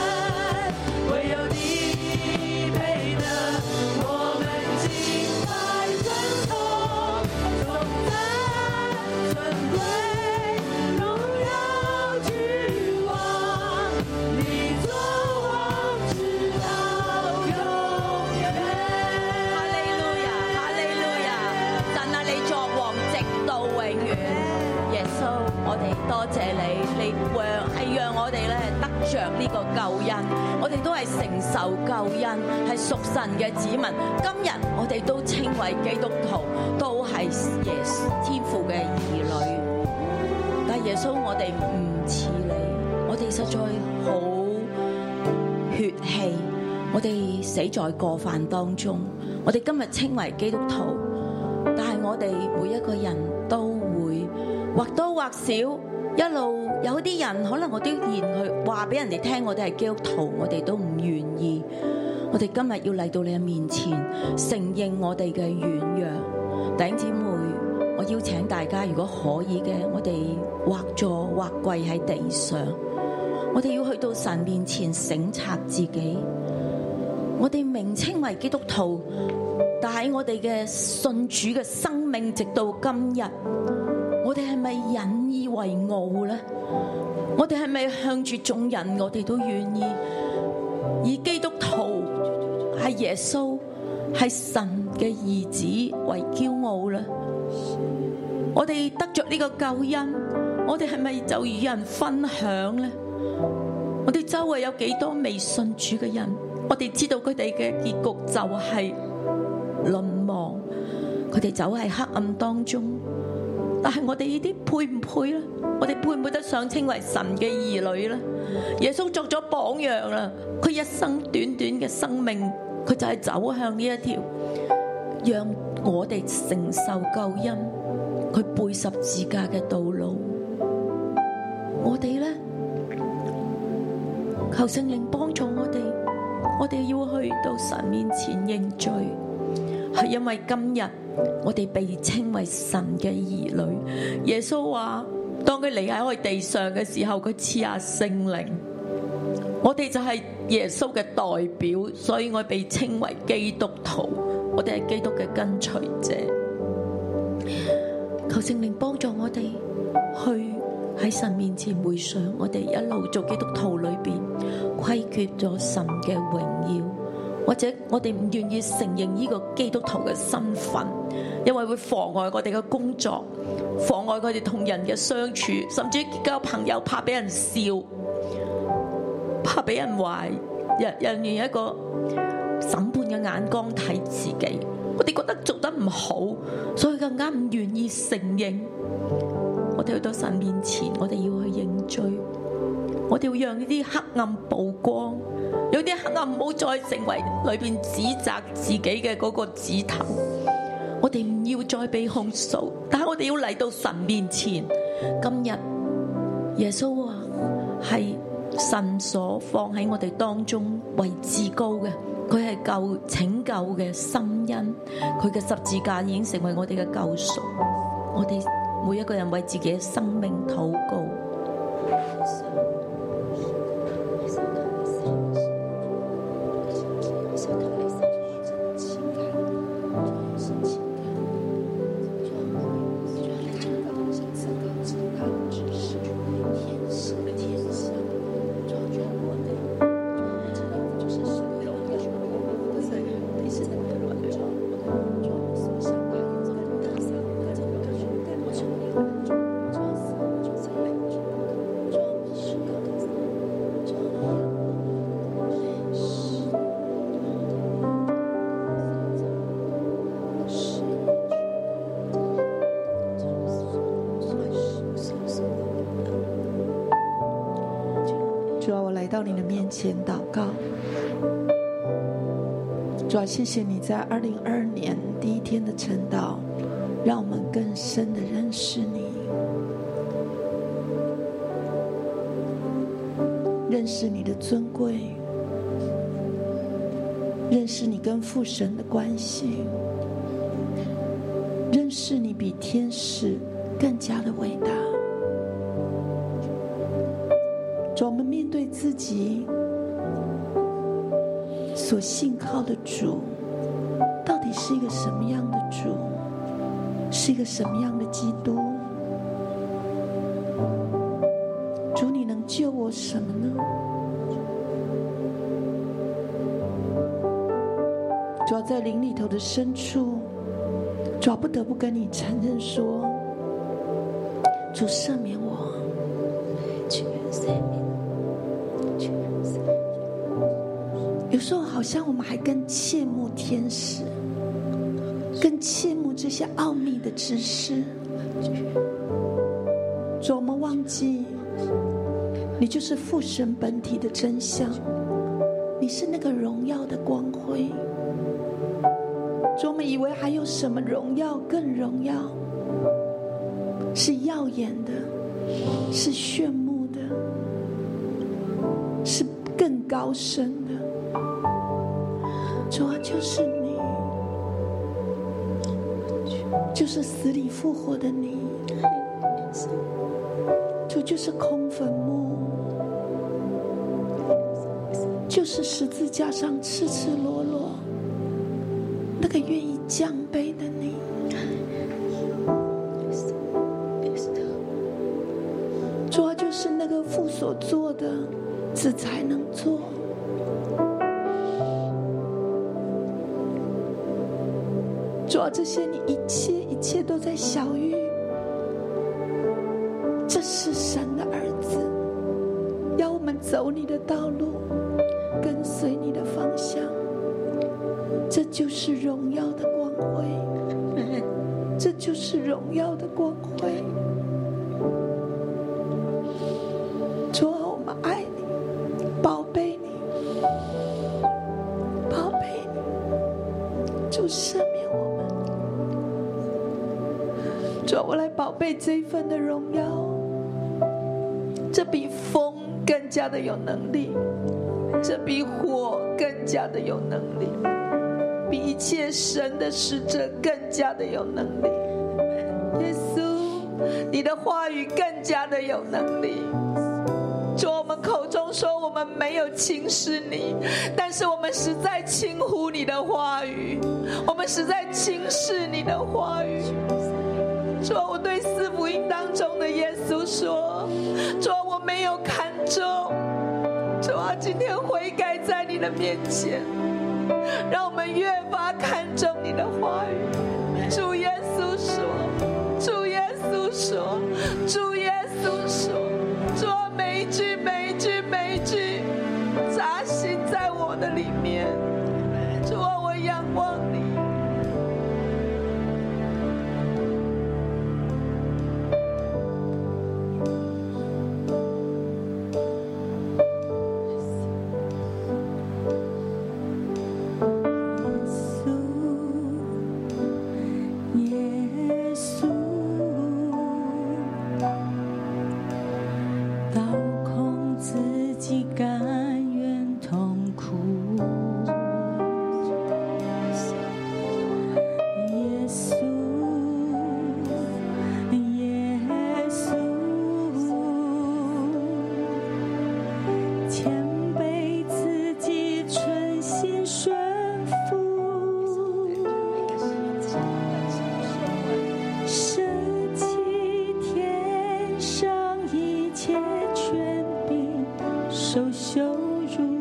唯有你配得，我们敬拜尊崇，颂赞尊贵，荣耀之王，你作王直到永远。哈利路亞，哈利路亞！神啊，你作王直到永遠。耶穌，我哋多謝你，你讓係讓我哋咧得着呢個救恩，我哋都係承受救恩，係屬神嘅子民。今日我哋都稱為基督徒，都係耶穌天父嘅兒女。但耶穌，我哋唔似你，我哋實在好。血氣，我哋死在過犯當中。我哋今日稱為基督徒，但係我哋每一個人都會或多或少一路有啲人，可能我都言去話俾人哋聽，我哋係基督徒，我哋都唔願意。我哋今日要嚟到你嘅面前，承認我哋嘅軟弱。弟兄姊妹，我邀請大家，如果可以嘅，我哋或坐或跪喺地上。我哋要去到神面前省察自己。我哋名稱為基督徒，但喺我哋嘅信主嘅生命，直到今日，我哋係咪引以為傲呢？我哋係咪向住眾人，我哋都願意以基督徒係耶穌係神嘅兒子為驕傲呢？我哋得着呢個救恩，我哋係咪就與人分享呢？我哋周圍有幾多未信主嘅人，我哋知道佢哋嘅結局就係淪亡，佢哋走喺黑暗當中。但係我哋呢啲配唔配呢？我哋配唔配得上稱為神嘅兒女呢？耶穌作咗榜樣啦，佢一生短短嘅生命，佢就係走向呢一條，讓我哋承受救恩，佢背十字架嘅道路。我哋呢？求聖靈幫助我哋，我哋要去到神面前認罪，係因為今日我哋被稱為神嘅兒女。耶穌話：當佢離喺我哋地上嘅時候，佢賜下聖靈。我哋就係耶穌嘅代表，所以我被稱為基督徒，我哋係基督嘅跟隨者。求聖靈幫助我哋去喺神面前回想，我哋一路做基督徒裏邊虧缺咗神嘅榮耀，或者我哋唔願意承認呢個基督徒嘅身份，因為會妨礙我哋嘅工作，妨礙我哋同人嘅相處，甚至結交朋友怕俾人笑，怕俾人懷人人用一個審判嘅眼光睇自己，我哋覺得做得唔好，所以更加唔願意承認。我哋去到神面前，我哋要去認罪，我哋要讓呢啲黑暗曝光，有啲黑暗唔好再成為裏邊指責自己嘅嗰個指頭。我哋唔要再被控訴，但係我哋要嚟到神面前。今日耶穌話係神所放喺我哋當中為至高嘅，佢係救拯救嘅心恩，佢嘅十字架已經成為我哋嘅救贖。我哋每一個人為自己嘅生命禱告。我从你们中，我从啊到你的面前祷告。主啊，谢谢你在二零二二年第一天的晨祷，让我们更深的认识你，认识你的尊贵，认识你跟父神的关系，认识你比天使更加的伟大。主，我们面对自己所信靠的主，到底是一个什么样的主？是一个什么样的基督？主，你能救我什么呢？主要在灵里头的深处，主要不得不跟你承认说，主赦免我。有时候好像我们还更切慕天使，更切慕这些奥秘的知识。主，我们忘记，你就是父神本体的真相，你是那个荣耀的光辉。主，我们以为还有什么荣耀更荣耀，是耀眼的，是炫目的，是更高深的。主啊，就是你，就是死里复活的你，主就是空坟墓，就是十字架上赤赤裸裸那个愿意降杯的你。主要就是那个父所做的，子才能做。主啊，这些你一切一切都在小玉，这是神的儿子，要我们走你的道路，跟随你的方向，这就是荣耀的光辉，这就是荣耀的光辉。主啊，我们爱你，宝贝你，宝贝你。主啊赦免我们。主，啊我来宝贝这一份的荣耀，这比风更加的有能力，这比火更加的有能力，比一切神的使者更加的有能力。耶稣，你的话语更加的有能力。主，啊我们口中说我们没有轻视你，但是我们实在轻忽你的话语，我们实在轻视你的话语。主，啊我对四福音当中的耶稣说：“主，我没有看重。”主啊，今天悔改在你的面前，让我们越发看重你的话语。主耶稣说：“主耶稣说，主耶稣说，主啊，每一句每一句每一句，扎心在我的里面。主啊，我仰望你。”耶稣，倒空自己，甘愿痛苦。耶稣，耶稣，谦卑自己，存心顺服。舍弃天上一切权柄，受羞辱，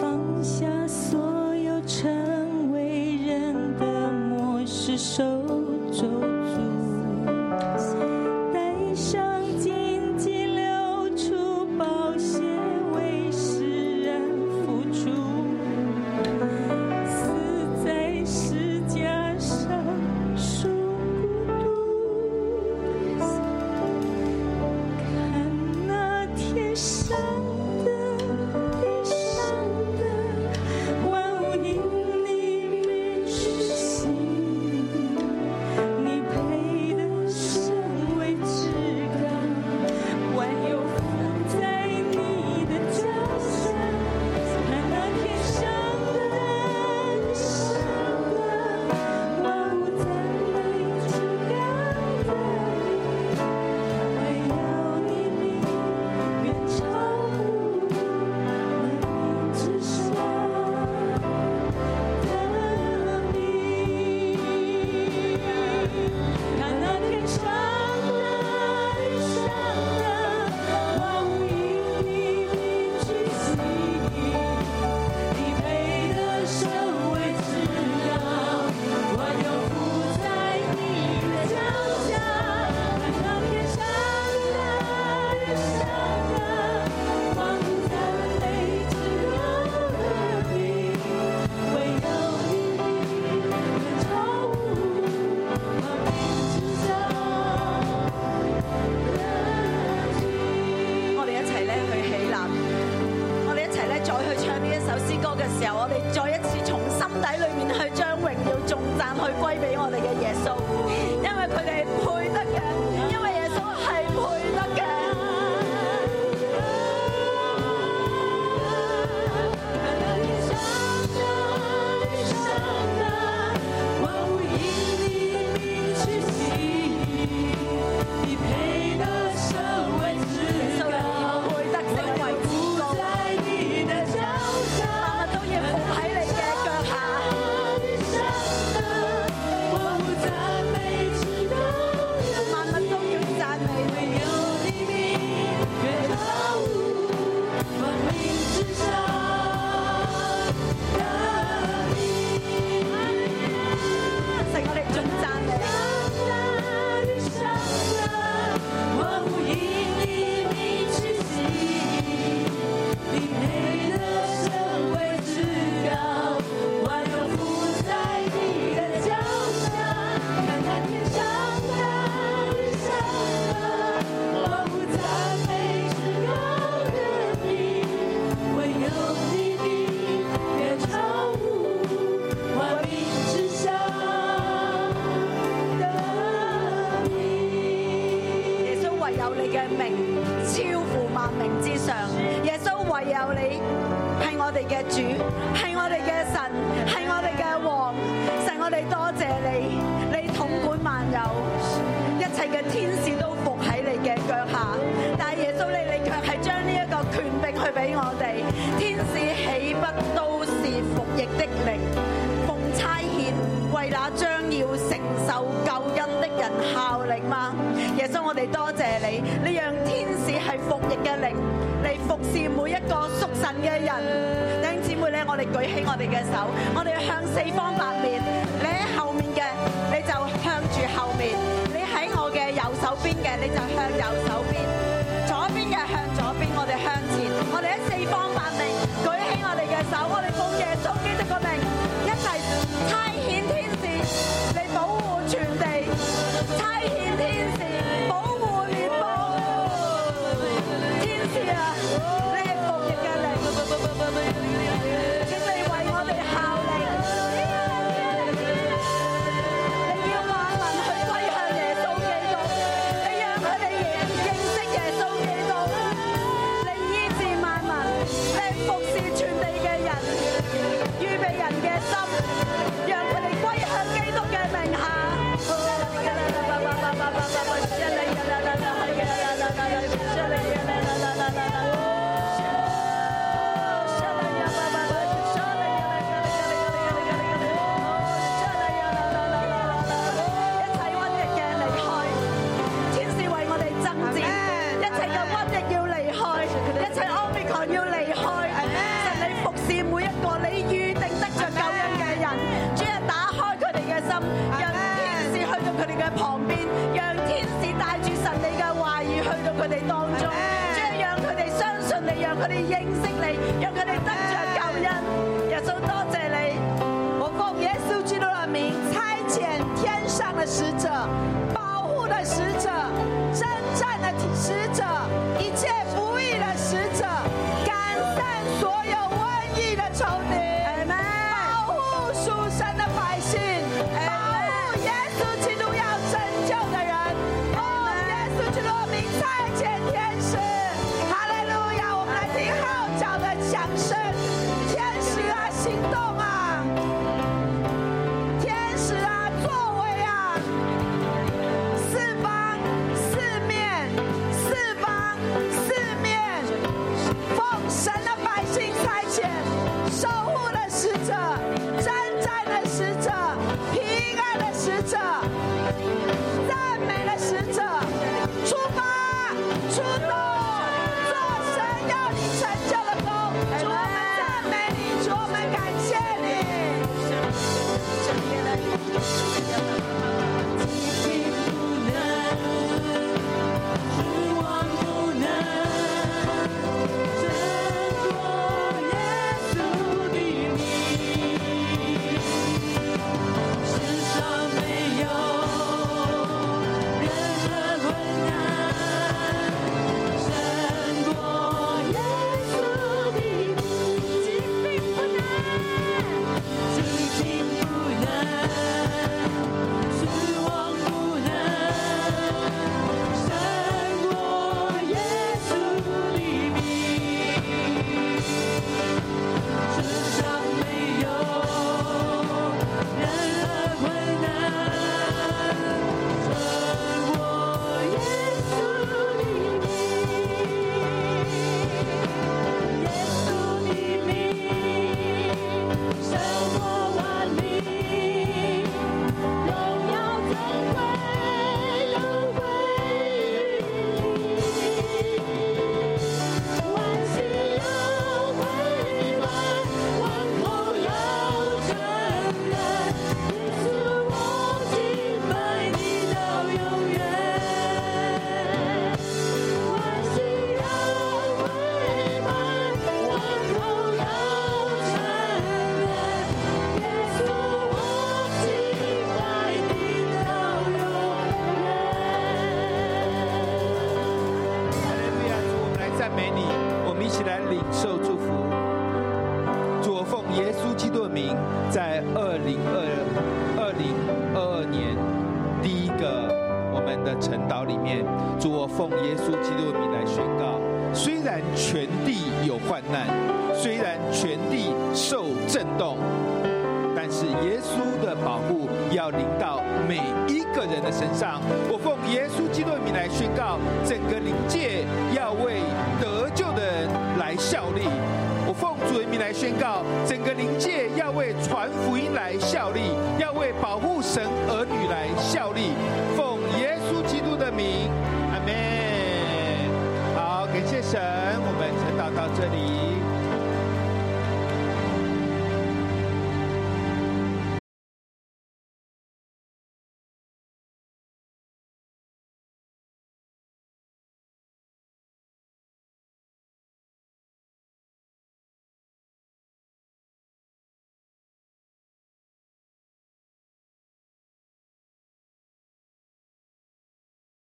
放下所有成为人的模式，受咒诅，带上荆棘，流出宝血，为世人付出，死在石架上。受孤独，看那天上的命之上。耶穌唯有你係我哋嘅主，係我哋嘅神，係我哋嘅王。神，我哋多謝你，你統管萬有，一切嘅天使都伏喺你嘅腳下。但係耶穌你，你卻係將呢一個權柄去俾我哋，天使豈不都是服役的靈？奉差遣為那將要承受救恩的人效力嗎？耶穌，我哋多謝你，你讓天使係服役嘅靈嚟服侍每一個屬神嘅人。弟兄姊妹咧，我哋舉起我哋嘅手，我哋向四方八面。你喺後面嘅，你就向住後面；你喺我嘅右手邊嘅，你就向右手邊；左邊嘅向左邊，我哋向前。我哋喺四方八面舉起我哋嘅手，我哋奉耶穌基督嘅名。一齊差遣天使嚟保護全地，差遣天使保護列邦。天使啊，你係服役嘅靈，請你為我哋效力。你叫萬民去歸向耶穌基督，你讓佢哋認識耶穌基督，你醫治萬民，你係服侍全地嘅人。預備人嘅心，讓佢哋歸向基督嘅名下。一切瘟疫嘅離開，天使為我哋爭戰，一切嘅瘟疫要離開，一切 Omicron 要離開。神你服侍每一個你預定得着救恩嘅人，主啊打開佢哋嘅心，讓天使去到佢哋嘅旁邊，讓天使帶住神你嘅話語去到佢哋當中，主啊讓佢哋相信你，讓佢哋認識你，讓佢哋得着救恩。耶穌多謝你。我奉耶稣基督的名，差遣天上的使者，保护的使者，征战的使者，一切不义的使者，赶散所有瘟疫的仇敌，保护属神的百姓，保护耶稣基督要拯救的人。哦，耶稣基督的名，差遣天使，哈利路亚！我们来听号角的响声，天使啊，行动啊！天使啊，作为啊，四方四面，四方四面，奉神的百姓差遣，守护的使者，征战的使者，平安的使者，赞美的使者，出发，出动，做神要你成就的工，主我们赞美你，主我们感谢你。主，我们来赞美你，我们一起来领受祝福。主，我奉耶稣基督的名，在二零二二零二二年第一个我们的晨祷里面，主，我奉耶稣基督的名来宣告，虽然全地有患难，虽然全地受震动，但是耶稣的保护要临到每一个人的身上。我奉耶稣基督的名来宣告，整个灵界要为得救的人来效力。我奉主的名来宣告，整个灵界要为传福音来效力，要为保护神儿